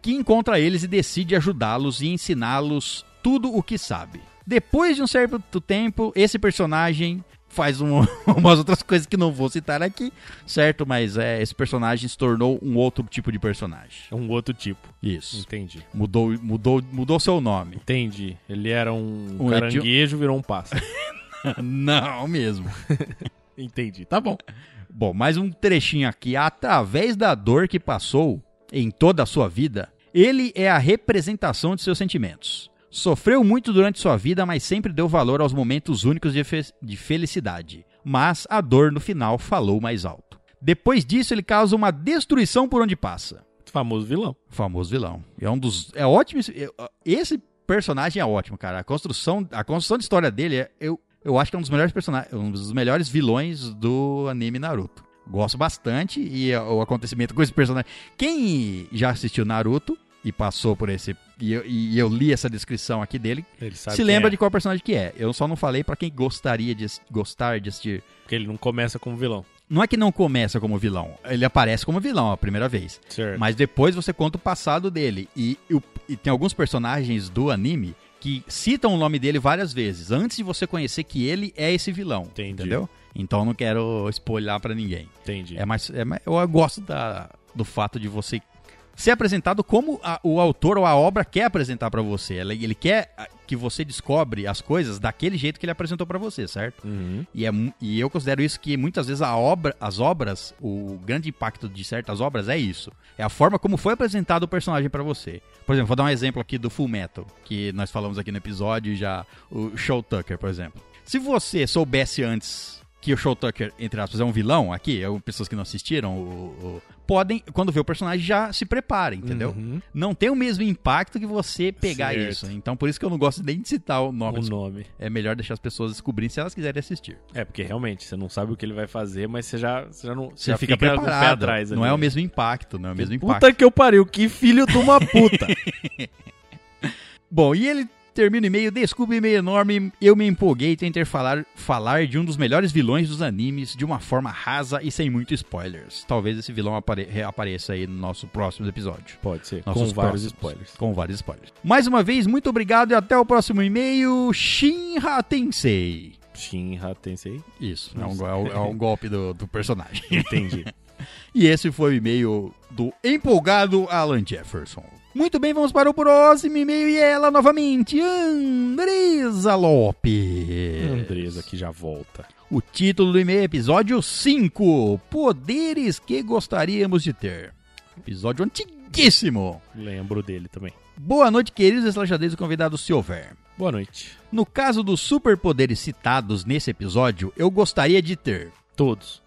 que encontra eles e decide ajudá-los e ensiná-los tudo o que sabe. Depois de um certo tempo, esse personagem faz um- umas outras coisas que não vou citar aqui, certo? Mas é, esse personagem se tornou um outro tipo de personagem. É um outro tipo. Isso. Entendi. Mudou, mudou, mudou seu nome. Entendi. Ele era um, Um caranguejo, virou um pássaro. não mesmo. Entendi. Tá bom. Bom, mais um trechinho aqui. Através da dor que passou em toda a sua vida, ele é a representação de seus sentimentos. Sofreu muito durante sua vida, mas sempre deu valor aos momentos únicos de, fe- de felicidade. Mas a dor no final falou mais alto. Depois disso, ele causa uma destruição por onde passa. Famoso vilão. Famoso vilão. É um dos. É ótimo. esse- eu- Esse personagem é ótimo, cara. A construção, a construção de história dele é. Eu, eu acho que é um dos melhores personagens. Um dos melhores vilões do anime Naruto. Gosto bastante. E ó, o acontecimento com esse personagem. Quem já assistiu Naruto e passou por esse. E eu, e eu li essa descrição aqui dele. Ele sabe se quem lembra é, de qual personagem que é. Eu só não falei pra quem gostaria de ass- gostar de assistir Porque ele não começa como vilão. não é que não começa como vilão, ele aparece como vilão a primeira vez. Certo. Mas depois você conta o passado dele. E, e o- e tem alguns personagens do anime que citam o nome dele várias vezes, antes de você conhecer que ele é esse vilão. Entendi. Entendeu? Então não quero spoiler pra ninguém. Entendi. É mais, é mais- eu gosto da- do fato de você ser apresentado como a- o autor ou a obra quer apresentar pra você. Ele, ele quer ah, que você descobre as coisas daquele jeito que ele apresentou pra você, certo? Uhum. E, é mu- e eu considero isso que muitas vezes a obra, as obras, o grande impacto de certas obras é isso. É a forma como foi apresentado o personagem pra você. Por exemplo, vou dar um exemplo aqui do Full Metal, que nós falamos aqui no episódio já, o Show Tucker, por exemplo. Se você soubesse antes que o Show Tucker, entre aspas, é um vilão aqui, é, o- pessoas que não assistiram, o- o- podem, quando vê o personagem, já se prepara, entendeu? Uhum. Não tem o mesmo impacto que você pegar Certo. isso. Então, por isso que eu não gosto nem de citar o nome. O dos- nome. É melhor deixar as pessoas descobrirem se elas quiserem assistir. É, porque realmente, você não sabe o que ele vai fazer, mas você já, você já não Você já fica, com o preparado. pé atrás. não ali. é né? o mesmo impacto, não é o mesmo Puta impacto. que eu pariu, que filho de uma puta. Bom, e ele termina o e-mail, desculpa o e-mail enorme, eu me empolguei tentar falar, falar de um dos melhores vilões dos animes de uma forma rasa e sem muito spoilers. Talvez esse vilão apare- reapareça aí no nosso próximo episódio. Pode ser, Nossos com vários próximos. spoilers. Com vários spoilers. Mais uma vez, muito obrigado e até o próximo e-mail, Shinra Tensei. Shinra Tensei. Isso, é um, é um- é um golpe do, do personagem. Entendi. E esse foi o e-mail do empolgado Alan Jefferson. Muito bem, vamos para o próximo e-mail e ela novamente, Andresa Lopes. Andresa que já volta. O título do e-mail é episódio 5, Poderes que gostaríamos de ter. Episódio antiguíssimo. Lembro dele também. Boa noite, queridos eslajadeiros e convidados, se houver. Boa noite. No caso dos superpoderes citados nesse episódio, eu gostaria de ter Todos.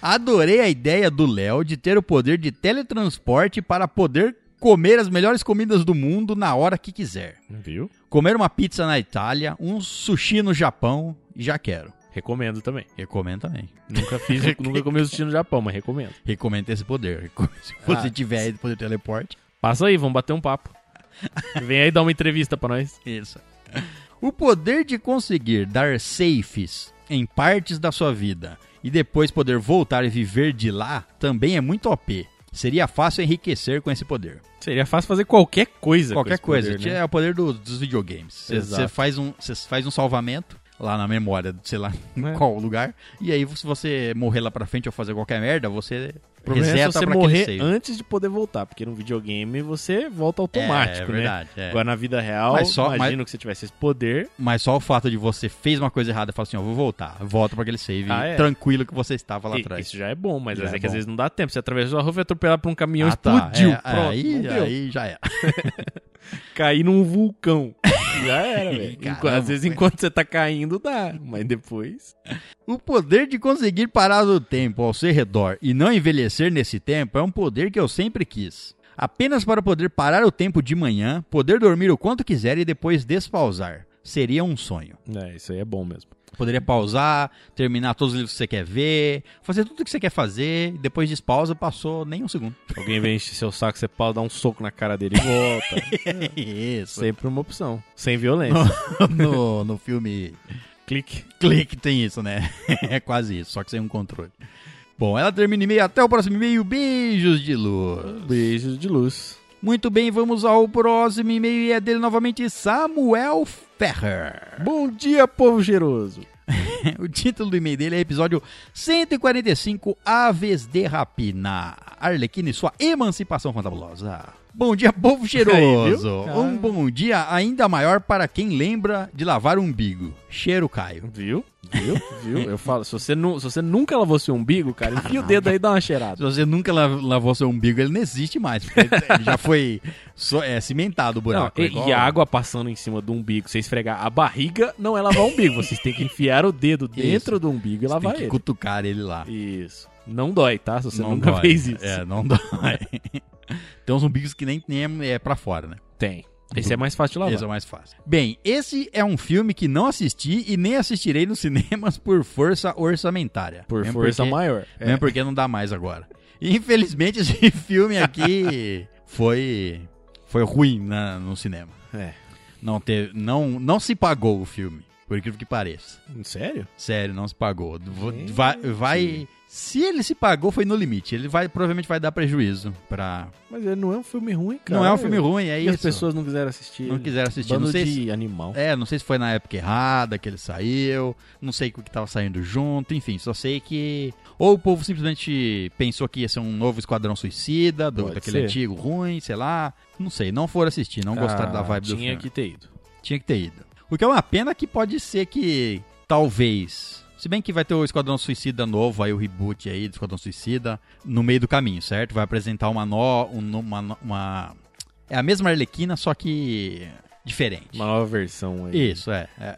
Adorei a ideia do Léo de ter o poder de teletransporte para poder comer as melhores comidas do mundo na hora que quiser. Viu? Comer uma pizza na Itália, um sushi no Japão, já quero. Recomendo também. Recomendo também. Nunca fiz, nunca comi sushi no Japão, mas recomendo. Recomendo esse poder. Se você Ah. tiver aí poder teleporte. Passa aí, vamos bater um papo. Vem aí dar uma entrevista pra nós. Isso. O poder de conseguir dar safes em partes da sua vida e depois poder voltar e viver de lá também é muito OP. Seria fácil enriquecer com esse poder. Seria fácil fazer qualquer coisa. qualquer com esse coisa. poder, né? É o poder do- dos videogames. Você Exato. faz um, você faz um salvamento lá na memória, sei lá, em É. qual lugar. E aí, se você morrer lá pra frente ou fazer qualquer merda, você O problema é reseta se você tá pra aquele morrer save. antes de poder voltar, porque no videogame você volta é, automático, é né? verdade, é. Agora na vida real, Mas só- imagino que você tivesse esse poder. Mas só o fato de você fez uma coisa errada e fala assim, ó, vou voltar. Volta pra aquele save Ah, é? tranquilo que você estava lá e- atrás. Isso já é bom, mas Já é é que às bom. vezes não dá tempo. Você atravessou a rua, foi atropelado por um caminhão, Ah, tá, explodiu. é, é, Pronto, não aí, deu. aí já é. cair num vulcão. Já era, velho. Caramba, Enqu- Às vezes, velho. enquanto você tá caindo, dá. Mas depois. O poder de conseguir parar o tempo ao seu redor e não envelhecer nesse tempo é um poder que eu sempre quis. Apenas para poder parar o tempo de manhã, poder dormir o quanto quiser e depois despausar. Seria um sonho. É, isso aí é bom mesmo. Poderia pausar, terminar todos os livros que você quer ver, fazer tudo o que você quer fazer, e depois despausa, passou nem um segundo. Alguém vem encher seu saco, você pau, dá um soco na cara dele e volta. Isso. Sempre uma opção. Sem violência. No, no filme Clique. Clique tem isso, né? É quase isso, só que sem um controle. Bom, ela termina e-mail. Até o próximo e-mail. Beijos de luz. Beijos de luz. Muito bem, vamos ao próximo e-mail e é dele novamente, Samuel Ferrer. Bom dia, povo geroso. O título do e-mail dele é episódio 145, Aves de Rapina. Arlequina e sua emancipação fantabulosa. Bom dia, povo cheiroso. viu? um bom dia ainda maior para quem lembra de lavar o umbigo. Cheiro Caio. Viu? Viu? Viu? Eu falo, se você, nu- se você nunca lavou seu umbigo, cara, enfia o dedo aí e dá uma Se cheirada. você nunca la- lavou seu umbigo, ele não existe mais. Porque ele já foi so- é, cimentado o Não, buraco. É e, igual- e a água passando em cima do umbigo, você esfregar a barriga, não é lavar o umbigo. Vocês têm que enfiar o dedo dentro do umbigo e Você lavar tem que ele. cutucar ele lá. Isso. Não dói, tá? Se você Não nunca dói. fez isso. É, não dói. Tem uns umbigos que nem, nem é, é pra fora, né? Tem. Esse é mais fácil de lavar. Esse é o mais fácil. Bem, esse é um filme que não assisti e nem assistirei nos cinemas por força orçamentária. Por Mesmo força porque, maior. Mesmo porque não dá mais agora. E, Infelizmente, esse filme aqui foi, foi ruim na- no cinema. É. Não, teve, não, não se pagou o filme, por incrível que pareça. É. Sério? Sério, não se pagou. Vo- Gente. Vai, vai- se ele se pagou, foi no limite. Ele vai, provavelmente vai dar prejuízo pra. Mas ele não é um filme ruim, cara. não é um filme ruim, é E isso. as pessoas não quiseram assistir. não quiseram assistir. Bando Não sei, se- de animal. É, não sei se foi na época errada que ele saiu, não sei o que tava saindo junto, enfim, só sei que. Ou o povo simplesmente pensou que ia ser um novo Esquadrão Suicida, do, Pode daquele ser. antigo ruim, sei lá. Não sei, não foram assistir, não gostaram da Ah, vibe do Tinha filme. que ter ido. Tinha que ter ido. O que é uma pena que pode ser que, talvez. Se bem que vai ter o Esquadrão Suicida novo, aí o reboot aí do Esquadrão Suicida, no meio do caminho, certo? Vai apresentar uma nó. um- uma, nó- uma- É a mesma Arlequina, só que. diferente. Uma nova versão aí. Isso, é. é.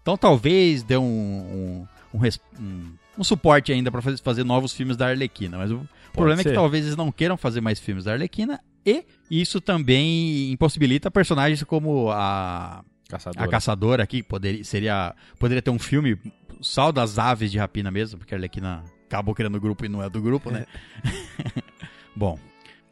Então talvez dê um, um, um, res- um- um suporte ainda pra fazer, fazer novos filmes da Arlequina, mas o problema é ser. que talvez eles não queiram fazer mais filmes da Arlequina e isso também impossibilita personagens como a, Caçador. a caçadora aqui, que poderia, seria, poderia ter um filme sal das aves de rapina mesmo, porque a Arlequina acabou criando o grupo e não é do grupo, né? Bom,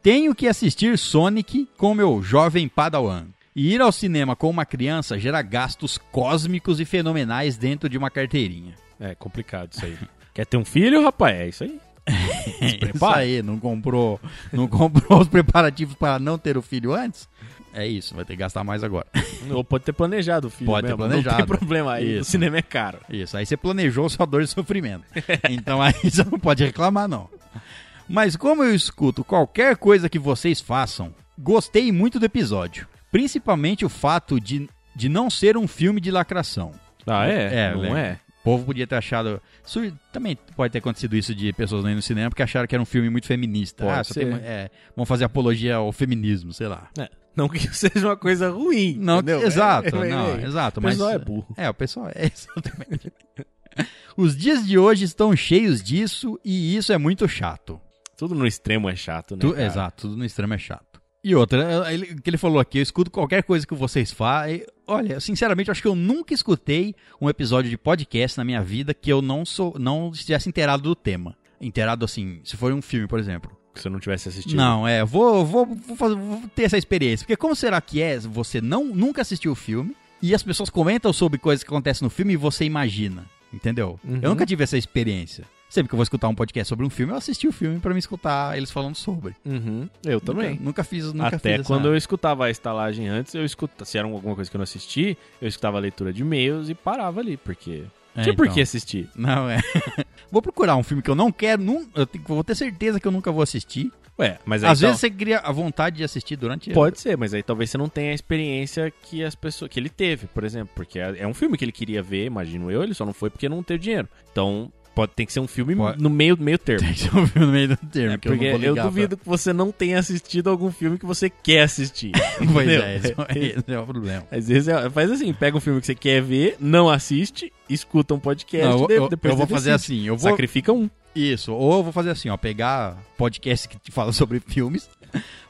tenho que assistir Sonic com meu jovem Padawan. E ir ao cinema com uma criança gera gastos cósmicos e fenomenais dentro de uma carteirinha. É complicado isso aí. Quer ter um filho, rapaz? É isso aí. Isso aí, não comprou, não comprou os preparativos para não ter o filho antes? É isso, vai ter que gastar mais agora. Ou pode ter planejado o filho Pode ter mesmo. Não planejado. tem problema aí. O Isso. cinema é caro. Isso, aí você planejou sua dor e sofrimento. Então aí você não pode reclamar, não. Mas como eu escuto qualquer coisa que vocês façam, gostei muito do episódio. Principalmente o fato de, de não ser um filme de lacração. Ah, é? É, não lembra. é? O povo podia ter achado. isso Também pode ter acontecido isso de pessoas não indo no cinema porque acharam que era um filme muito feminista. Pode ah, só ser. tem- é, vão fazer apologia ao feminismo, sei lá. É. Não que isso seja uma coisa ruim. Não, entendeu? exato, É, é, não, é. exato. O pessoal mas, é burro. É, o pessoal é, exatamente. Os dias de hoje estão cheios disso e isso é muito chato. Tudo no extremo é chato, né? Tu- cara? exato, tudo no extremo é chato. E outra, eh, ele- o que ele falou aqui, eu escuto qualquer coisa que vocês fazem. Olha, sinceramente, eu acho que eu nunca escutei um episódio de podcast na minha vida que eu não sou, não estivesse inteirado do tema. Inteirado assim, se for um filme, por exemplo. Se eu não tivesse assistido. Não, é, vou, vou, vou, fazer- vou ter essa experiência. Porque como será que é você não, nunca assistiu o filme e as pessoas comentam sobre coisas que acontecem no filme e você imagina, entendeu? Uhum. Eu nunca tive essa experiência. Sempre que eu vou escutar um podcast sobre um filme, eu assisti o filme pra me escutar eles falando sobre. Uhum. Eu também. Nunca, nunca fiz, nunca Até fiz essa- quando eu escutava a estalagem antes, eu escutava. Se era alguma coisa que eu não assisti, eu escutava a leitura de e-mails e parava ali, porque. É, Tinha Tipo, por então. que assistir. Não, é. vou procurar um filme que eu não quero, nun- eu tenho- vou ter certeza que eu nunca vou assistir. Ué, mas aí. Às tal- vezes você cria a vontade de assistir durante Pode ser, mas aí talvez você não tenha a experiência que as pessoas que ele teve, por exemplo, porque é é um filme que ele queria ver, imagino eu, ele só não foi porque não teve dinheiro. Então, pode tem que ser um filme Pode. no meio meio termo. Tem que ser um filme no meio do termo, É, que eu porque não vou eu, ligar pra- duvido que você não tenha assistido algum filme que você quer assistir. Pois entendeu? é, esse é- esse é o problema. Às vezes é- faz assim, pega um filme que você quer ver, não assiste, escuta um podcast, Não, eu, de- eu- depois eu vou você fazer decide. assim, eu vou Sacrifica um. isso, ou eu vou fazer assim, ó, pegar podcast que te fala sobre filmes,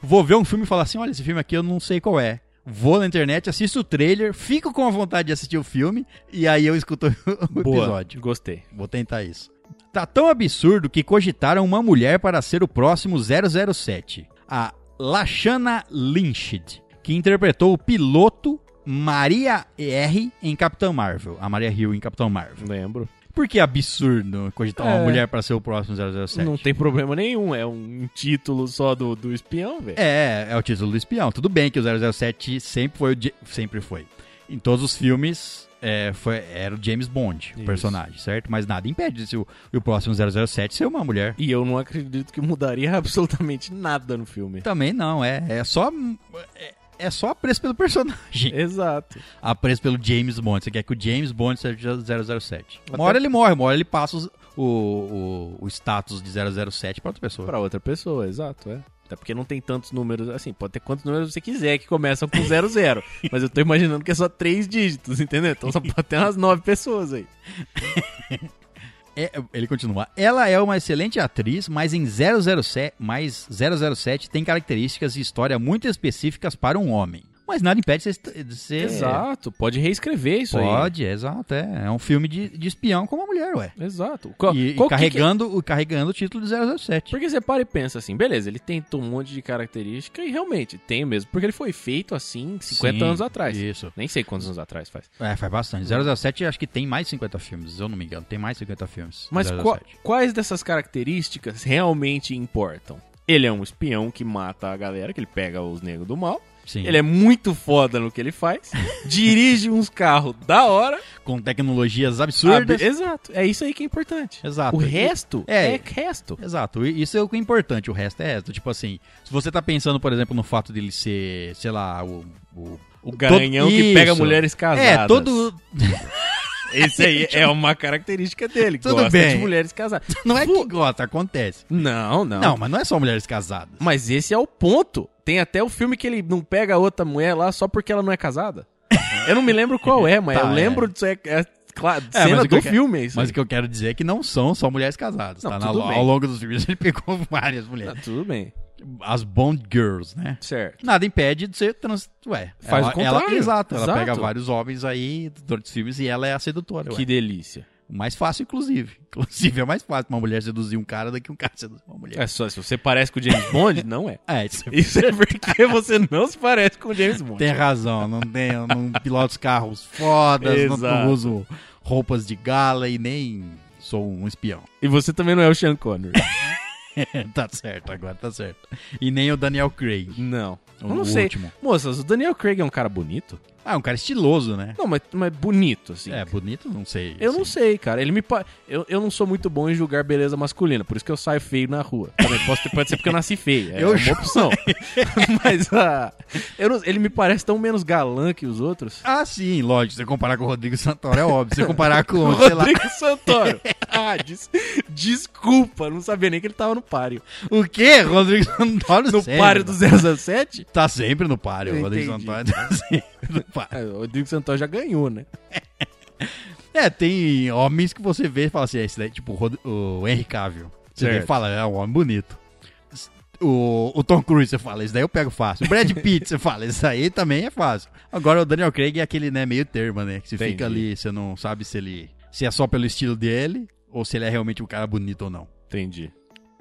vou ver um filme e falar assim, olha esse filme aqui eu não sei qual é. Vou na internet, assisto o trailer, fico com a vontade de assistir o filme e aí eu escuto o Boa, Um episódio. Gostei. Vou tentar isso. Tá tão absurdo que cogitaram uma mulher para ser o próximo 007, a Lashana Lynch, que interpretou o piloto Maria R em Capitão Marvel, a Maria Hill em Capitão Marvel. Lembro. Porque é absurdo cogitar uma É. mulher pra ser o próximo 007. Não tem problema nenhum, é um título só do, do espião, velho. É, é o título do espião. Tudo bem que o 007 sempre foi o Ja- sempre foi. Em todos os filmes é, foi- era o James Bond, o Isso. personagem, certo? Mas nada impede se o, o próximo 007 ser uma mulher. E eu não acredito que mudaria absolutamente nada no filme. Também não, é, é só é, é só apreço pelo É. personagem. Exato. Apreço pelo James Bond. Você quer que o James Bond seja 007. Uma Até- hora ele morre, uma hora ele passa os- o, o, o status de 007 pra outra pessoa. Pra outra pessoa, exato, é. Até porque não tem tantos números, assim, pode ter quantos números você quiser que começam com 00. mas eu tô imaginando que é só três dígitos, entendeu? Então só pode ter umas nove pessoas aí. É, ele continua. Ela é uma excelente atriz, mas em 007, mas 007 tem características e história muito específicas para um homem. Mas nada impede de ser- de ser. Exato, pode reescrever isso aí. Pode, é, exato. É, É um filme de, de espião com uma mulher, ué. Exato. Qual- E, e qual que- é? carregando, o- carregando o título de 007. Porque você para e pensa assim, beleza, ele tentou um monte de característica e realmente tem mesmo, porque ele foi feito assim 50 Sim, anos atrás. Isso. Nem sei quantos anos atrás faz. É, faz bastante. 007 acho que tem mais 50 filmes, se eu não me engano. Tem mais 50 filmes. Mas 007. qua- quais dessas características realmente importam? Ele é um espião que mata a galera, que ele pega os negros do mal. Sim. Ele é muito foda no que ele faz. dirige uns carros da hora. Com tecnologias absurdas. Ab- Exato. É isso aí que é importante. Exato. O resto É. é, resto. Exato, e isso é o que é importante, o resto é resto. Tipo assim, se você tá pensando, por exemplo, no fato dele ser, sei lá, o. O, O garanhão que Isso. pega mulheres casadas. É, todo. Esse aí é uma característica dele. Tudo gosta bem. de mulheres casadas. Não é que Vo- gosta, acontece. Não, Não. não. mas não é só mulheres casadas. Mas esse é o ponto. Tem até o filme que ele não pega a outra mulher lá só porque ela não é casada. eu não me lembro qual é, mas Tá, eu é. lembro disso. É, é, claro, É, mas cena o que eu do que- filme. Isso Mas o aí. que eu quero dizer é que não são só mulheres casadas. Não, tá? Na- tudo bem. ao longo dos filmes ele pegou várias Ah, mulheres. tudo bem. As Bond Girls, né? Certo. Nada impede de ser trans. Ué, Faz ela, o contrário. ela- exato, ela Exato. pega vários homens aí durante os filmes e ela é a sedutora. ué. Que delícia. O Mais fácil, inclusive. Inclusive, é mais fácil uma mulher seduzir um cara do que um cara seduzir uma mulher. É só, se você parece com o James Bond, não é. É, isso Isso é porque você não se parece com o James Bond. tem razão. Não, tem, eu não piloto os carros fodas, não, não Exato. uso roupas de gala e nem sou um espião. E você também não é o Sean Connery. tá certo, agora tá certo. E nem o Daniel Craig. Não. O, Eu não o sei. último. Moças, o Daniel Craig é um cara bonito? Ah, um cara estiloso, né? Não, mas, mas bonito, assim. É, bonito, não sei. eu assim. não sei, cara. Ele me pa- eu, eu não sou muito bom em julgar beleza masculina, por isso que eu saio feio na rua. Também posso ter, pode ser porque eu nasci feio. É Eu uma ju- opção. mas ah, eu não- ele me parece tão menos galã que os outros. Ah, sim, lógico. Se você comparar com o Rodrigo Santoro, é óbvio. Se você comparar com, sei lá, Rodrigo Santoro. Ah, des- desculpa, não sabia nem que ele tava no páreo. o quê? Rodrigo Santoro No sempre, né? páreo do 007? Tá sempre no páreo. O Eu Rodrigo entendi. Santoro tá sempre no páreo. É, o Rodrigo Santoro já ganhou, né? É, tem homens que você vê e fala assim, é esse daí, tipo o Rod- o Henry Cavill. Você vê e Certo. fala, é um homem bonito. S- O, o Tom Cruise, você fala, esse daí eu pego fácil. O Brad Pitt, você fala, esse aí também é fácil. Agora o Daniel Craig é aquele, né, meio termo, né? Que você Entendi. fica ali, você não sabe se ele. se é só pelo estilo dele ou se ele é realmente um cara bonito ou não. Entendi.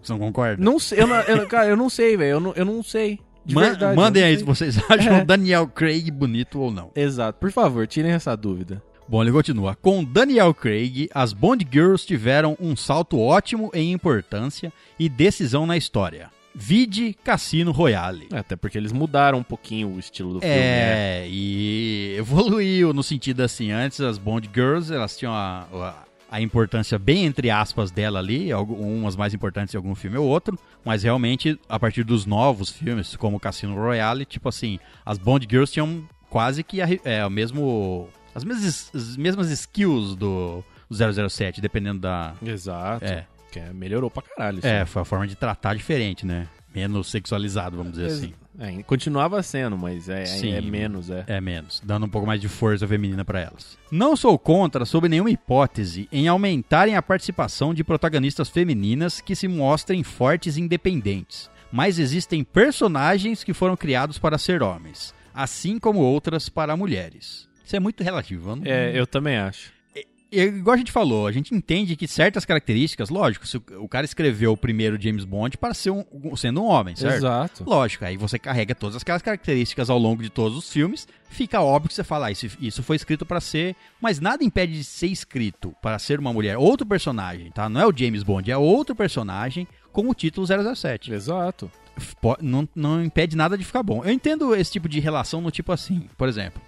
Você não concorda? Não sei, eu não, eu- cara, eu não sei, velho. Eu não, eu não sei. De Man- verdade, mandem eu não aí se sei. vocês acham É. o Daniel Craig bonito ou não. Exato. Por favor, tirem essa dúvida. Bom, ele continua. Com Daniel Craig, as Bond Girls tiveram um salto ótimo em importância e decisão na história. Vide Cassino Royale. É, Até porque eles mudaram um pouquinho o estilo do filme. né? É, e evoluiu no sentido assim, antes as Bond Girls, elas tinham a, a- a importância bem entre aspas dela ali, algu- umas mais importantes em algum filme ou outro, mas realmente a partir dos novos filmes, como Cassino Royale, tipo assim, as Bond Girls tinham quase que a re- é, o mesmo as mesmas, as mesmas skills do 007, dependendo da Exato. é, Que é, melhorou pra caralho. assim, isso é, aí. foi a forma de tratar diferente, né? Menos sexualizado, vamos dizer assim. É, continuava sendo, mas é, é- Sim. é menos, é. É menos, dando um pouco mais de força feminina pra elas. Não sou contra, sob nenhuma hipótese, em aumentarem a participação de protagonistas femininas que se mostrem fortes e independentes, mas existem personagens que foram criados para ser homens, assim como outras para mulheres. Isso é muito relativo. eu não- É, eu também acho. E, igual a gente falou, a gente entende que certas características, lógico, se o, o cara escreveu o primeiro James Bond para ser um, um- sendo um homem, certo? Exato. Lógico, aí você carrega todas aquelas características ao longo de todos os filmes, fica óbvio que você fala, ah, isso, isso foi escrito para ser. Mas nada impede de ser escrito para ser uma mulher, outro personagem, tá? Não é o James Bond, é outro personagem com o título É. 007. Exato. Po- Não, não impede nada de ficar bom. Eu entendo esse tipo de relação no tipo assim, por exemplo,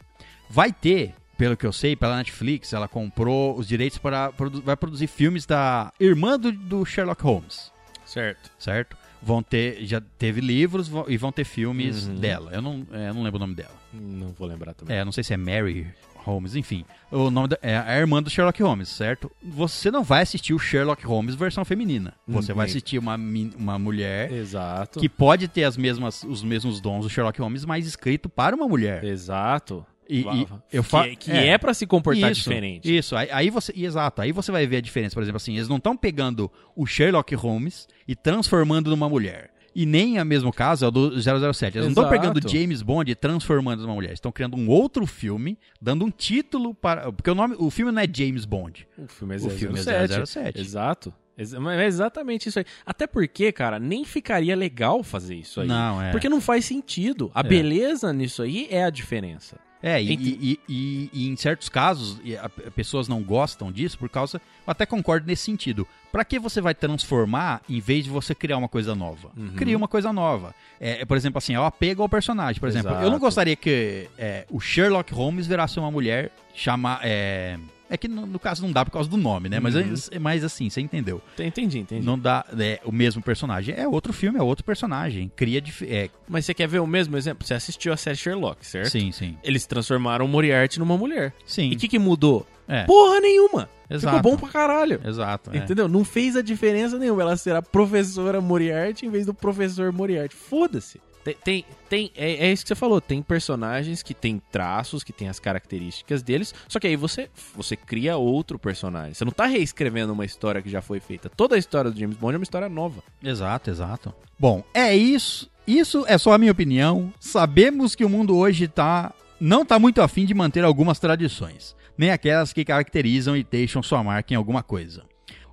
vai ter. Pelo que eu sei, pela Netflix, ela comprou os direitos para. produ- Vai produzir filmes da irmã do- do Sherlock Holmes Certo. certo? Vão ter, já teve livros vão- e vão ter filmes Uhum. dela. Eu não, é, eu não lembro o nome dela. Não vou lembrar também. É, não sei se é Mary Holmes, enfim. O nome da, é a irmã do Sherlock Holmes, certo? Você não vai assistir o Sherlock Holmes versão feminina. Você Uhum. vai assistir uma, min- uma mulher Exato. É. que pode ter as mesmas, os mesmos dons do Sherlock Holmes, mas escrito para uma mulher. Exato. E, e Uau. eu que falo é, que é pra se comportar diferente. Isso, aí, aí você. e Exato, aí você vai ver a diferença. Por exemplo, assim, eles não estão pegando o Sherlock Holmes e transformando numa mulher. E nem é o mesmo caso é o do 007. Eles não estão Exato. pegando o James Bond e transformando numa mulher. Estão criando um outro filme, dando um título para. Porque o, nome, o filme não é James Bond. O filme é O filme é 007. 007. Exato. Ex- mas É exatamente isso aí. Até porque, cara, nem ficaria legal fazer isso aí. Não, é. Porque não faz sentido. A beleza nisso aí é a diferença. É, e, Ent- e- e- e em certos casos, e a- pessoas não gostam disso por causa. Eu até concordo nesse sentido. Pra que você vai transformar em vez de você criar uma coisa nova? Uhum. Cria uma coisa nova. É, é, por exemplo, assim, é o apego ao personagem. Por exemplo, eu não Exato. gostaria que é, o Sherlock Holmes virasse uma mulher chamar. É, é que no, no caso não dá por causa do nome, né? Mas, é- mas assim, você entendeu. Entendi, Uhum. entendi. Não dá é, o mesmo personagem. É outro filme, é outro personagem. Cria. dif- É, Mas você quer ver o mesmo exemplo? Você assistiu a série Sherlock, certo? sim, sim. Eles transformaram o Moriarty numa mulher. Sim. E o que, que mudou? É. Porra nenhuma. Exato. Ficou bom pra caralho. Exato. é. Entendeu? Não fez a diferença nenhuma. Ela será professora Moriarty em vez do professor Moriarty. Foda-se. Tem, tem, tem- é, é isso que você falou. Tem personagens que têm traços, que têm as características deles. Só que aí você, você cria outro personagem. Você não tá reescrevendo uma história que já foi feita. Toda a história do James Bond é uma história nova. Exato, exato. Bom, é isso. Isso é só a minha opinião. Sabemos que o mundo hoje tá não tá muito afim de manter algumas tradições, nem aquelas que caracterizam e deixam sua marca em alguma coisa.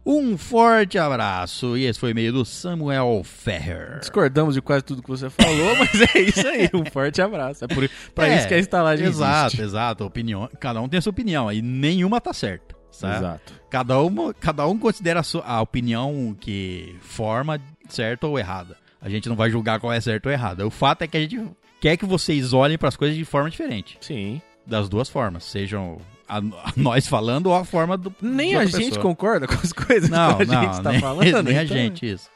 Um forte abraço e esse foi o e-mail do Samuel Ferrer. Discordamos de quase tudo que você falou, mas é isso aí. Um forte abraço. É por, pra É, isso que a estalagem Exato, existe. exato. Opinião, cada um tem a sua opinião e nenhuma tá certa. Tá? Exato. Cada, uma, cada um considera a, sua- a opinião que forma certa ou errada. A gente não vai julgar qual é certo ou errado. O fato é que a gente quer que vocês olhem para as coisas de forma diferente. Sim. Das duas formas. Sejam a, a nós falando ou a forma do. Nem Hum, de a outra gente pessoa. concorda com as coisas Não, que a não, gente tá nem, falando. nem a então- gente, isso.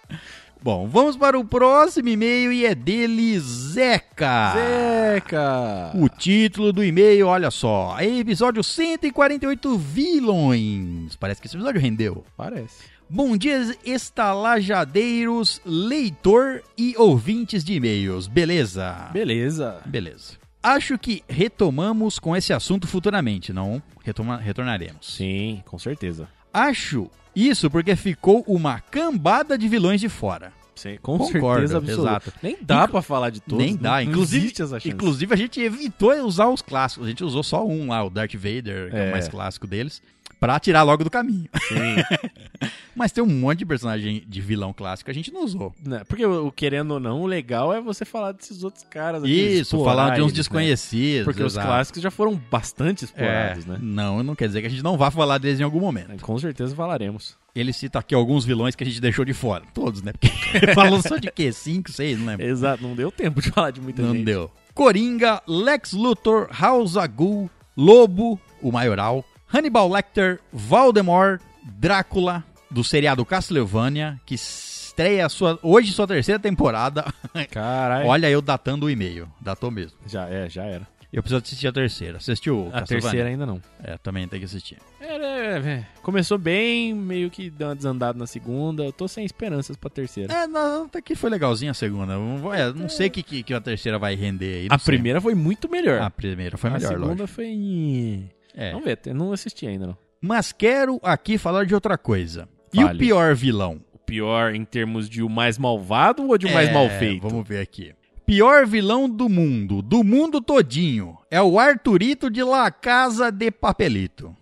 Bom, vamos para o próximo e-mail e é dele, Zeca. Zeca! O título do e-mail, olha só. É episódio 148 Vilões. Parece que esse episódio rendeu. Parece. Bom dia, estalajadeiros, leitor e ouvintes de e-mails, beleza? Beleza. beleza. Acho que retomamos com esse assunto futuramente, não? Retoma- retornaremos. Sim, com certeza. Acho isso porque ficou uma cambada de vilões de fora. Sim, com Concordo, certeza absoluta. exato. Nem dá pra falar de todos. né? Nem dá, não inclusive, existe essa chance. inclusive a gente evitou usar os clássicos. A gente usou só um lá, o Darth Vader, que é, É. o mais clássico deles, pra tirar logo do caminho. Sim. Mas tem um monte de personagem de vilão clássico que a gente não usou. Né, Porque, o, o querendo ou não, o legal é você falar desses outros caras. aqui, Isso, explorar falar de uns eles, né? desconhecidos. Porque os exato. clássicos já foram bastante explorados, É, né? Não, não quer dizer que a gente não vá falar deles em algum momento. Com certeza falaremos. Ele cita aqui alguns vilões que a gente deixou de fora. Todos, né? Porque ele falou só de quê? Cinco, seis, né? não lembro. Exato, não deu tempo de falar de muita Não gente. deu. Coringa, Lex Luthor, House Agul, Lobo, o Maioral, Hannibal Lecter, Valdemar, Drácula, do seriado Castlevania, que estreia sua, hoje sua terceira temporada. Caralho. Olha eu datando o e-mail. Datou mesmo. Já é, já era. Eu preciso assistir a terceira. Assistiu A Castlevania? terceira ainda não. É, também tem que assistir. É, é, é. Começou bem, meio que deu uma desandada na segunda. Eu tô sem esperanças pra terceira. É, não, até que foi legalzinha a segunda. Não vou- é, não sei o que, que, que a terceira vai render aí. não A sei. primeira Ah, foi muito melhor. A primeira foi a melhor, segunda lógico. foi. em- É. Vamos ver, eu não assisti ainda, não. Mas quero aqui falar de outra coisa. E Fale. o pior vilão? O pior em termos de o mais malvado ou de o mais É, mal feito? Vamos ver aqui. Pior vilão do mundo, do mundo todinho, é o Arturito de La Casa de Papelito.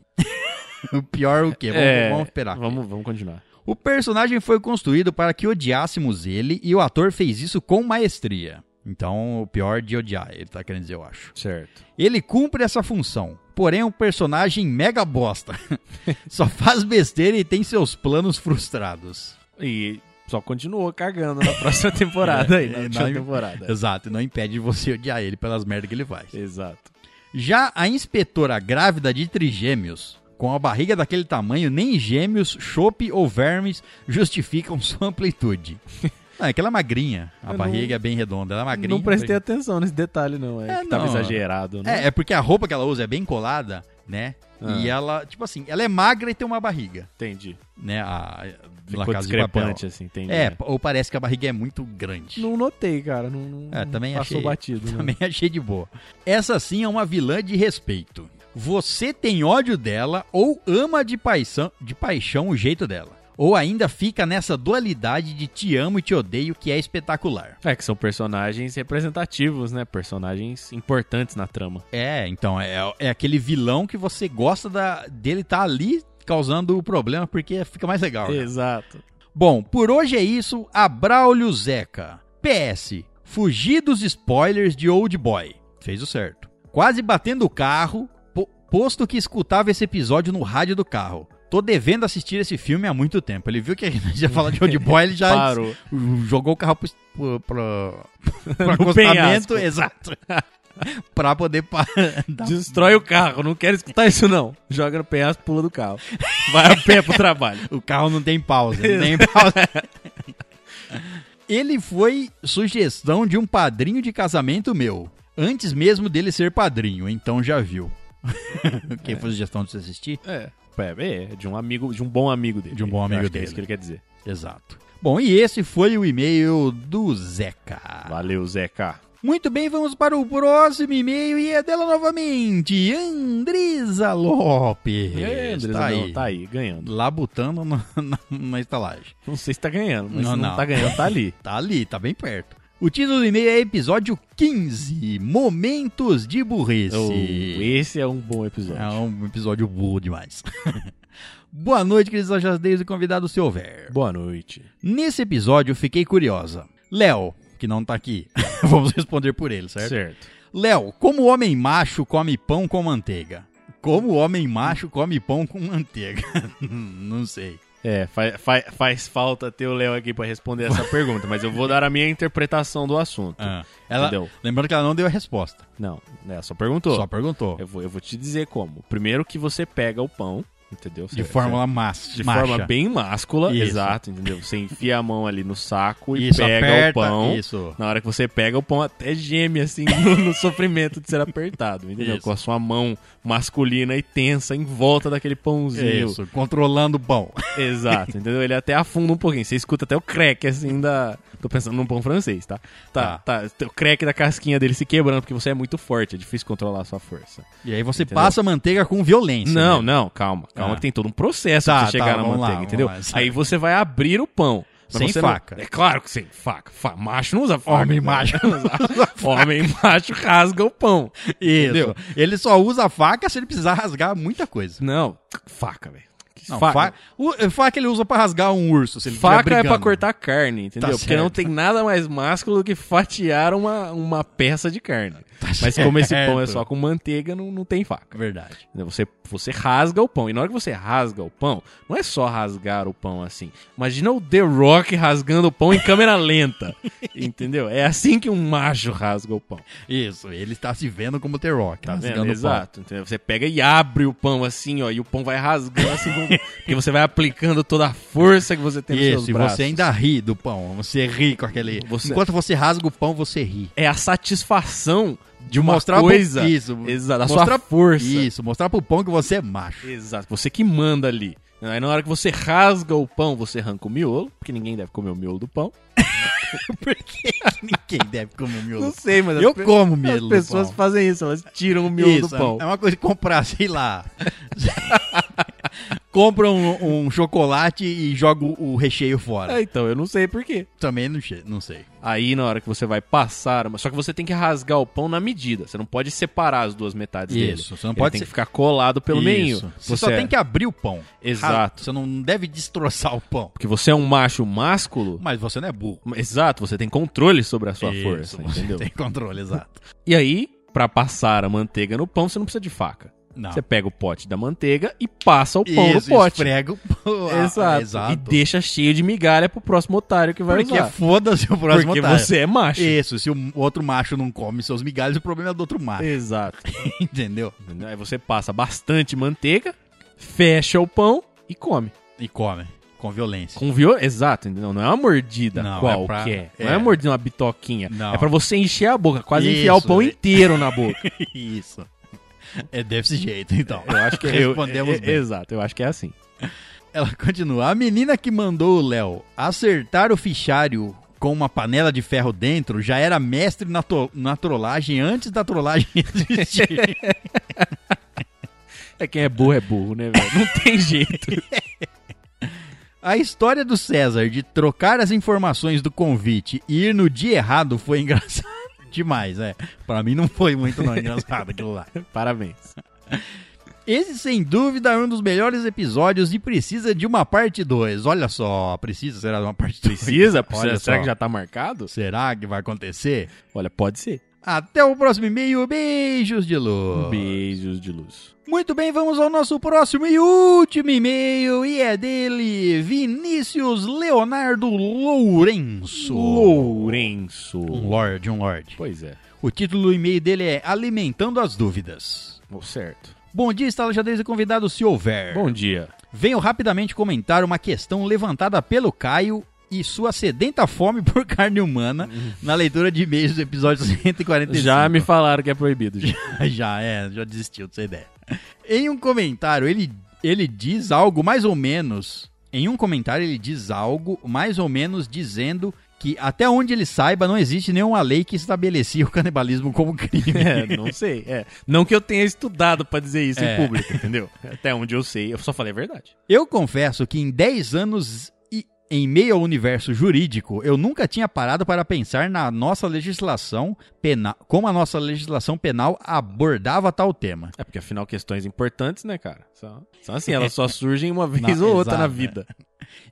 o pior o quê? Vamos, É, vamos esperar. Vamos, vamos continuar. O personagem foi construído para que odiássemos ele e o ator fez isso com maestria. Então, o pior de odiar, ele tá querendo dizer, eu acho. Certo. Ele cumpre essa função, porém é um personagem mega bosta. Só faz besteira e tem seus planos frustrados. E só continuou cagando na próxima temporada aí, na É, última não- temporada. Exato, e não impede de você odiar ele pelas merdas que ele faz. Exato. Já a inspetora grávida de trigêmeos, com a barriga daquele tamanho, nem gêmeos, chope ou vermes justificam sua amplitude. Não, é que ela é magrinha, a Eu não- barriga é bem redonda, ela é magrinha. não prestei atenção nesse detalhe, não. É, É, que tava não. exagerado, né? É, é porque a roupa que ela usa é bem colada, né? Ah. E ela, tipo assim, ela é magra e tem uma barriga. Entendi. né? A, La Ficou Casa de Papel. discrepante, assim, entendi. É, ou parece que a barriga é muito grande. Não notei, cara. Não, não- É, também não passou achei- batido. né? Também achei de boa. Essa sim é uma vilã de respeito. Você tem ódio dela ou ama de paixão, de paixão o jeito dela. Ou ainda fica nessa dualidade de te amo e te odeio, que é espetacular. É que são personagens representativos, né? Personagens importantes na trama. É, então, é, é aquele vilão que você gosta da, dele tá ali causando o problema, porque fica mais legal. né? Exato. Bom, por hoje é isso. Abraulio Zeca. PS. Fugir dos spoilers de Old Boy. Fez o certo. Quase batendo o carro, po- posto que escutava esse episódio no rádio do carro. Tô devendo assistir esse filme há muito tempo. Ele viu que a gente ia falar de Old Boy, ele já Parou. s- jogou o carro pro, es- pro, pro, pro No acostamento. penhasco. Exato. pra poder pa- dar Destrói o carro. Não quero escutar isso, não. Joga no penhasco, pula do carro. Vai a pé pro trabalho. O carro não tem pausa, não tem pausa. Ele foi sugestão de um padrinho de casamento meu, antes mesmo dele ser padrinho, então já viu. Quem foi sugestão de você assistir? É. É, é de um amigo, de um bom amigo dele. De um bom Eu amigo acho que É dele. isso que ele quer dizer. Exato. Bom, e esse foi o e-mail do Zeca. Valeu, Zeca. Muito bem, vamos para o próximo e-mail e é dela novamente, Andresa Lopes. É, Andresa, tá, não, aí, tá aí, ganhando. labutando na, na, na estalagem. Não sei se tá ganhando, mas Não, se não, não. tá ganhando, tá ali. Tá ali, tá bem perto. O título do e-mail é episódio 15, Momentos de Burrice. Oh, esse é um bom episódio. É um episódio burro demais. Boa noite, queridos ajadeiros e convidados, se houver. um Boa noite. Nesse episódio, eu fiquei curiosa. Léo, que não tá aqui, vamos responder por ele, certo? Certo. Léo, como homem macho come pão com manteiga? Como homem macho come pão com manteiga? não sei. É, faz, faz, falta ter o Léo aqui pra responder essa pergunta, mas eu vou dar a minha interpretação do assunto. Ah, ela- Entendeu? lembrando que ela não deu a resposta, Não, né, só perguntou. só perguntou. Eu, vou, eu vou te dizer como. Primeiro que você pega o pão, entendeu? De Você- forma massa. você- de forma bem máscula, Isso. exato, entendeu? Você enfia a mão ali no saco e Isso, pega aperta, o pão. Isso. Na hora que você pega, o pão até geme, assim, no, no sofrimento de ser apertado, entendeu? Isso. Com a sua mão masculina e tensa em volta daquele pãozinho. Isso, controlando o pão. Exato, entendeu? Ele até afunda um pouquinho. Você escuta até o crack, assim, da... Tô pensando num pão francês, tá? Tá, tá. O crack da casquinha dele se quebrando, porque você é muito forte. É difícil controlar a sua força. E aí você Entendeu? passa a manteiga com violência. não, né? não, calma. Calma Ah. que tem todo um processo Tá, pra você chegar tá, na vamos lá, manteiga, vamos entendeu? lá, certo. Aí você vai abrir o pão. mas Sem você não- faca. É claro que sem faca. Fa- Macho não usa faca. Homem né? macho Homem macho rasga o pão. Isso. Entendeu? Ele só usa a faca se ele precisar rasgar muita coisa. Não, faca, velho. Que Não, fa- fa- o- eh, faca ele usa pra rasgar um urso, se ele estiver Faca é brigando. pra cortar carne, entendeu? Tá Porque não certo. tem nada mais másculo do que fatiar uma, uma peça de carne. Mas como esse pão é Tá certo. só com manteiga, não, não tem faca. Verdade. Entendeu? Você, você rasga o pão. E na hora que você rasga o pão, não é só rasgar o pão assim. Imagina o The Rock rasgando o pão em câmera lenta. entendeu? É assim que um macho rasga o pão. Isso, ele está se vendo como The Rock. Tá rasgando vendo? o pão. Exato. Entendeu? Você pega e abre o pão assim, ó. E o pão vai rasgando assim. com- porque você vai aplicando toda a força que você tem nos seus Isso, e braços. você ainda ri do pão. Você ri com aquele. Você- Enquanto você rasga o pão, você ri. é a satisfação de uma Mostrar pro- coisa. isso. Exato, da Mostrar- sua força. Isso, mostrar pro pão que você é macho. Exato, você que manda ali. Aí na hora que você rasga o pão, você arranca o miolo, porque ninguém deve comer o miolo do pão. Ninguém deve comer o miolo. sei, mas Eu como miolo. as do pessoas pão. é. fazem isso, elas tiram o miolo Isso, do pão. É uma coisa de comprar, sei lá. compra um, um chocolate e joga o o recheio fora. É, então, eu não sei por quê. Também não, che- não sei. Aí na hora que você vai passar, só que você tem que rasgar o pão na medida. Você não pode separar as duas metades dele. Isso, você não Ele pode tem se- que ficar colado pelo meio. é. Isso. Você é. só tem que abrir o pão. Exato. Você não deve destroçar o pão. porque você é um macho másculo. Mas você não é burro. Exato, você tem controle sobre a sua Isso, força, você entendeu? Tem controle, exato. E aí, pra passar a manteiga no pão, você não precisa de faca. Não. Você pega o pote da manteiga e passa o pão Ah. Isso, no pote. Esfrega o pão. Ah, Exato. E deixa cheio de migalha pro próximo otário que vai Porque usar. foda-se o próximo Porque otário. você é macho. Isso, se o outro macho não come seus migalhos, o problema é do outro macho, Exato. entendeu? Aí você passa bastante manteiga, fecha o pão e come. E come, com violência. Com viol... Exato, entendeu? Não é uma mordida Não, é qualquer. pra- Não é é. uma mordida, uma bitoquinha. Não. É pra você encher a boca, quase Isso, enfiar o pão é. inteiro na boca. Isso. É desse jeito, então. Eu acho que respondemos eu, bem. Exato, eu acho que é assim. Ela continua. A menina que mandou o Léo acertar o fichário com uma panela de ferro dentro já era mestre na, to- na trollagem antes da trollagem existir. É quem é burro é burro, né, velho? Não tem jeito. A história do César de trocar as informações do convite e ir no dia errado foi engraçada demais, é. Pra mim não foi muito não, é engraçado aquilo lá. Parabéns. Esse, sem dúvida, é um dos melhores episódios e precisa de uma parte 2. Olha só, precisa, será de uma parte 2? Precisa? Olha precisa. Será só. que já tá marcado? Será que vai acontecer? Olha, pode ser. Até o próximo e-mail, beijos de Um luz. Beijos de luz. Muito bem, vamos ao nosso próximo e último e-mail, e é dele, Vinícius Leonardo Lourenço. Lourenço. Um lord, um lord. Pois é. O título do e-mail dele é Alimentando as Dúvidas. Bom, certo. Bom dia, estalajadeiros e convidado, se houver. É. Bom dia. Venho rapidamente comentar uma questão levantada pelo Caio e sua sedenta fome por carne humana na leitura de e-mails do episódio 145. Já me falaram que é proibido. gente. já é, já desistiu dessa ideia. Em um comentário, ele, ele diz algo mais ou menos. Em um comentário, ele diz algo mais ou menos dizendo que, até onde ele saiba, não existe nenhuma lei que estabelecia o canibalismo como crime. É, não sei. É. Não que eu tenha estudado pra dizer isso É. em público, entendeu? Até onde eu sei, eu só falei a verdade. Eu confesso que em 10 anos e em meio ao universo jurídico, eu nunca tinha parado para pensar na nossa legislação penal, como a nossa legislação penal abordava tal tema. É porque afinal questões importantes, né, cara? São, são assim, elas só surgem uma vez Não, ou outra na exato, vida.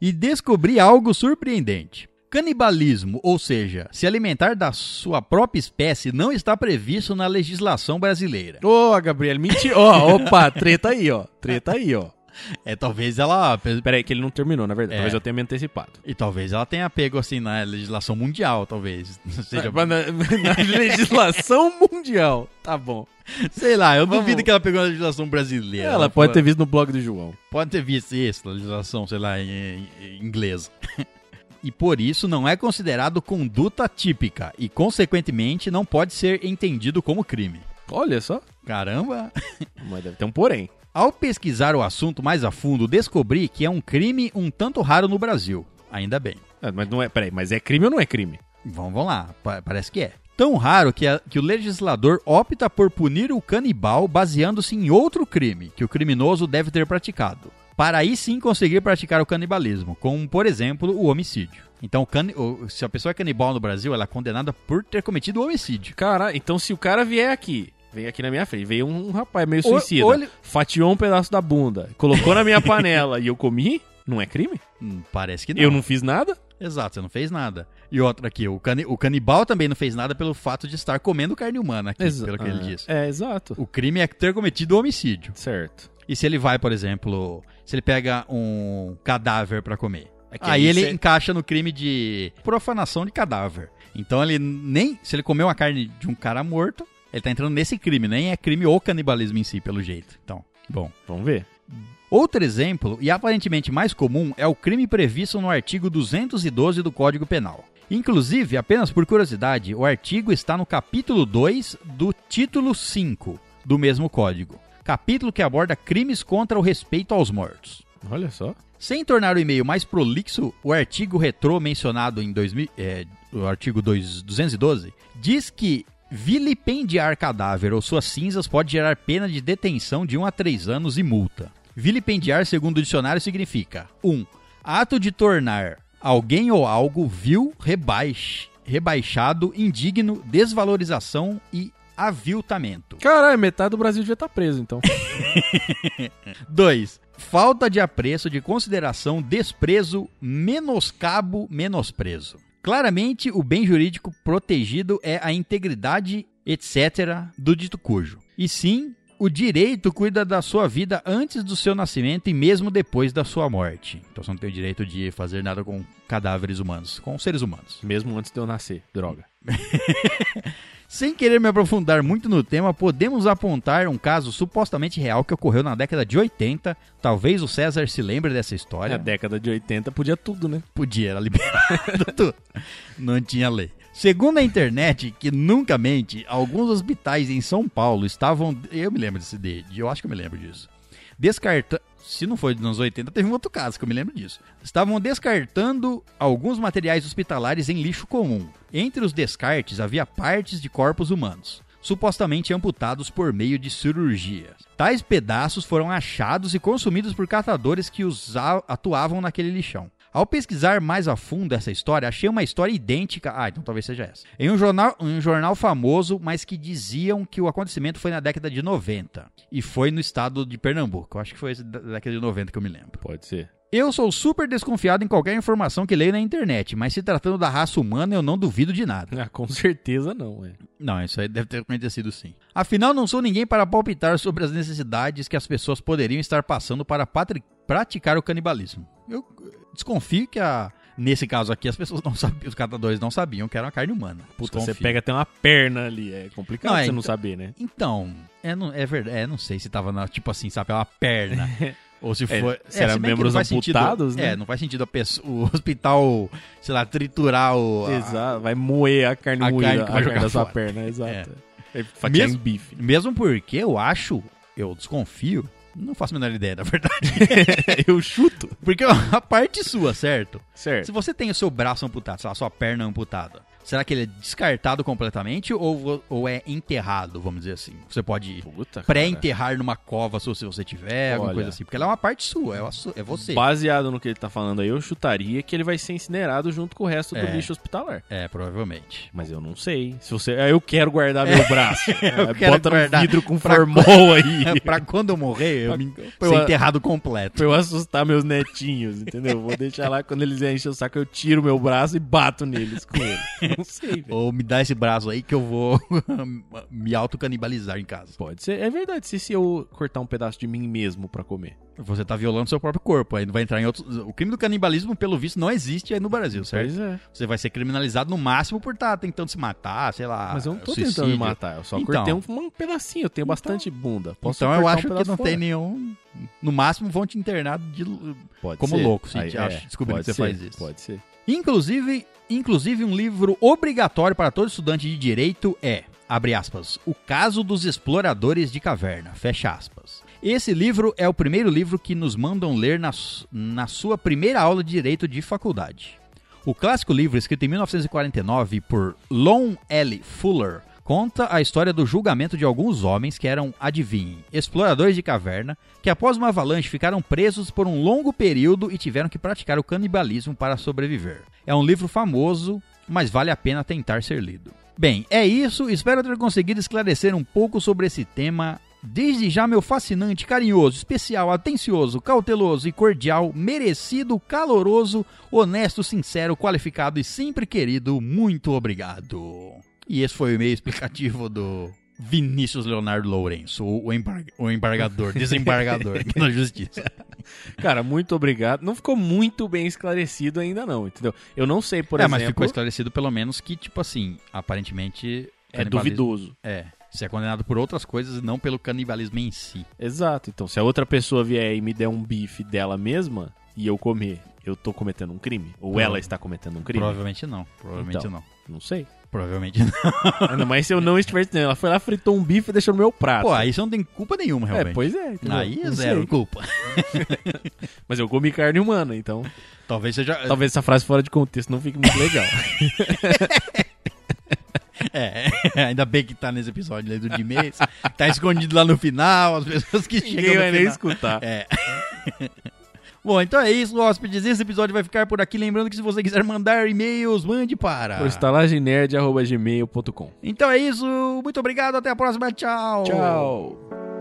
E descobri algo surpreendente. Canibalismo, ou seja, se alimentar da sua própria espécie, não está previsto na legislação brasileira. Ô, Gabriel, mentira. Ó, opa, treta aí, ó. Treta aí, ó. É, talvez ela Pera aí, que ele não terminou, na verdade. É. Talvez eu tenha me antecipado. e talvez ela tenha pego assim na legislação mundial, talvez. Seja, Na, na- na legislação mundial. Tá bom. sei lá, eu Vamos- duvido que ela pegou na legislação brasileira. Ela pode ter visto no blog do João. Pode ter visto isso, legislação, sei lá, em, em inglês. E por isso não é considerado conduta típica e, consequentemente, não pode ser entendido como crime. Olha só. Caramba! Mas deve ter um porém. Ao pesquisar o assunto mais a fundo, descobri que é um crime um tanto raro no Brasil. Ainda bem. Ah, mas não é. Peraí, mas é crime ou não é crime? Vamos, vamos lá, pa- parece que é. Tão raro que, a- que o legislador opta por punir o canibal baseando-se em outro crime que o criminoso deve ter praticado, para aí sim conseguir praticar o canibalismo, como, por exemplo, o homicídio. Então, o cani- o- se a pessoa é canibal no Brasil, ela é condenada por ter cometido o homicídio. Cara, então se o cara vier aqui, veio aqui na minha frente, veio um, um rapaz meio Ou- suicida, ou ele- fatiou um pedaço da bunda, colocou na minha panela e eu comi, não é crime? Hum, parece que não. Eu não fiz nada? Exato, você não fez nada. E outra aqui, o, cani- o canibal também não fez nada pelo fato de estar comendo carne humana, aqui, Exa- pelo que ele Ah, disse. É, exato. O crime é ter cometido o homicídio. Certo. E se ele vai, por exemplo, se ele pega um cadáver pra comer? É que Aí aí ele você- encaixa no crime de profanação de cadáver. Então ele nem. Se ele comeu a carne de um cara morto, ele tá entrando nesse crime. Nem é crime ou canibalismo em si, pelo jeito. Então, bom. Vamos ver. Outro exemplo, e aparentemente mais comum, é o crime previsto no artigo 212 do Código Penal. Inclusive, apenas por curiosidade, o artigo está no capítulo 2 do título 5 do mesmo código, capítulo que aborda crimes contra o respeito aos mortos. Olha só. Sem tornar o e-mail mais prolixo, o artigo retrô mencionado em 2000, é, o artigo 2 212 diz que vilipendiar cadáver ou suas cinzas pode gerar pena de detenção de 1 a 3 um anos e multa. Vilipendiar, segundo o dicionário, significa 1. Um, ato de tornar alguém ou algo vil, rebaixe, rebaixado, indigno, desvalorização e aviltamento. Caralho, metade do Brasil devia estar preso, então. 2. Falta de apreço, de consideração, desprezo, menoscabo, menosprezo. Claramente, o bem jurídico protegido é a integridade, etc., do dito cujo. E sim, o direito cuida da sua vida antes do seu nascimento e mesmo depois da sua morte. Então você não tem o direito de fazer nada com cadáveres humanos, com seres humanos. Mesmo antes de eu nascer, droga. Sem querer me aprofundar muito no tema, podemos apontar um caso supostamente real que ocorreu na década de 80. Talvez o César se lembre dessa Na história. década de 80 podia tudo, né? Podia, era liberado tudo. Não tinha lei. Segundo a internet, que nunca mente, alguns hospitais em São Paulo estavam. Eu me lembro desse de, de- eu acho que eu me lembro disso. Descartando. Se não foi nos 80, teve um outro caso que eu me lembro disso. Estavam descartando alguns materiais hospitalares em lixo comum. Entre os descartes havia partes de corpos humanos, supostamente amputados por meio de cirurgia. Tais pedaços foram achados e consumidos por catadores que usa- atuavam naquele lixão. Ao pesquisar mais a fundo essa história, achei uma história idêntica. Ah, então talvez seja essa. Em um jornal, em um jornal famoso, mas que diziam que o acontecimento foi na década de 90. E foi no estado de Pernambuco. Eu Acho que foi esse da década de 90 que eu me lembro. Pode ser. Eu sou super desconfiado em qualquer informação que leio na internet, mas se tratando da raça humana, eu não duvido de nada. Ah, com certeza não, é. Não, isso aí deve ter acontecido sim. Afinal, não sou ninguém para palpitar sobre as necessidades que as pessoas poderiam estar passando para patri- praticar o canibalismo. Eu eh, desconfio que a. Nesse caso aqui, as pessoas não sabiam, os catadores não sabiam que era uma carne humana. Puta, Desconfio. você pega até uma perna ali. É complicado Não, é, você não então- saber, né? Então, é, não, é verdade. É, não sei se tava na, tipo assim, sabe, uma perna. Ou se É, foi. se era se bem que membros não faz sentido- amputados, né? É, não faz sentido a pessoa, o hospital, sei lá, triturar o. a- Exato. Vai moer a carne a carne moída, que vai a carne jogar da sua fora. perna, exato. É. fatiar Mesmo- em bife. Mesmo porque eu acho, eu desconfio, não faço a menor ideia, na verdade. É, Eu chuto. Porque a parte sua, certo? Se Certo. você tem o seu braço amputado, sei lá, sua perna amputada, será que ele é descartado completamente ou, vo- ou é enterrado, vamos dizer assim? Você pode Puta, cara. pré-enterrar numa cova sua se você tiver, alguma Olha. coisa assim. Porque ela é uma parte sua, é, a su- é você. Baseado no que ele tá falando aí, eu chutaria que ele vai ser incinerado junto com o resto do É. lixo hospitalar. É, provavelmente. Mas eu não sei. Se você. ah, Eu quero guardar meu braço. Ah, quero Bota no guardar vidro com pra- formol aí. É, pra quando eu morrer, eu me... Pra- ser enterrado completo. Pra eu assustar meus netinhos, entendeu? Vou deixar lá quando eles enchem o saco, eu tiro meu braço e bato neles com É ele. Não sei, velho. Ou me dá esse braço aí que eu vou me autocanibalizar em casa. Pode ser. É verdade. Se, se eu cortar um pedaço de mim mesmo pra comer. Você tá violando seu próprio corpo, aí não vai entrar em outros... O crime do canibalismo, pelo visto, não existe aí no Brasil, certo? Pois é. Você vai ser criminalizado no máximo por estar tentando se matar, sei lá. Ah, Mas eu não tô é suicídio. tentando me matar. Eu só Então. cortei um, um pedacinho. Eu tenho bastante bunda. Posso então eu cortar um acho que pedaço não tem fora. nenhum. No máximo vão te internar de. Pode como ser. louco, se Aí, é, te acha- descobrir pode que você ser, faz isso. Pode ser. Inclusive, inclusive um livro obrigatório para todo estudante de direito é, abre aspas, O Caso dos Exploradores de Caverna, fecha aspas. Esse livro é o primeiro livro que nos mandam ler na, su- na sua primeira aula de direito de faculdade. O clássico livro, escrito em 1949 por Lon L. Fuller, conta a história do julgamento de alguns homens que eram, adivinhem, exploradores de caverna, que após uma avalanche ficaram presos por um longo período e tiveram que praticar o canibalismo para sobreviver. É um livro famoso, mas vale a pena tentar ser lido. Bem, é isso, espero ter conseguido esclarecer um pouco sobre esse tema. Desde já, meu fascinante, carinhoso, especial, atencioso, cauteloso e cordial, merecido, caloroso, honesto, sincero, qualificado e sempre querido, muito obrigado. E esse foi o e-mail explicativo do Vinícius Leonardo Lourenço, o, embar- o embargador, desembargador aqui na justiça. Cara, muito obrigado. Não ficou muito bem esclarecido ainda não, entendeu? Eu não sei, por é, mas exemplo... ficou esclarecido pelo menos que, tipo assim, aparentemente. é canibalismo- duvidoso. É. Você é condenado por outras coisas e não pelo canibalismo em si. Exato. Então, se a outra pessoa vier e me der um bife dela mesma e eu comer, eu tô cometendo um crime? Ou Prova- ela está cometendo um crime? Provavelmente não. Provavelmente Então. não. Não sei. Provavelmente não. Ainda mais se eu não estiver entendendo. Ela foi lá, fritou um bife e deixou no meu prato. Pô, aí você não tem culpa nenhuma, é, realmente. pois é. entendeu? aí é Não zero sei. culpa. Mas eu comi carne humana, então Talvez seja. talvez essa frase fora de contexto não fique muito legal. É, ainda bem que tá nesse episódio aí do de mês. Tá escondido lá no final, as pessoas que Ninguém chegam vai no nem final. escutar. É. Bom, então é isso, hóspedes. Esse episódio vai ficar por aqui. Lembrando que se você quiser mandar e-mails, mande para. Por estalagemnerd.gmail.com Então é isso. Muito obrigado. Até a próxima. Tchau. Tchau.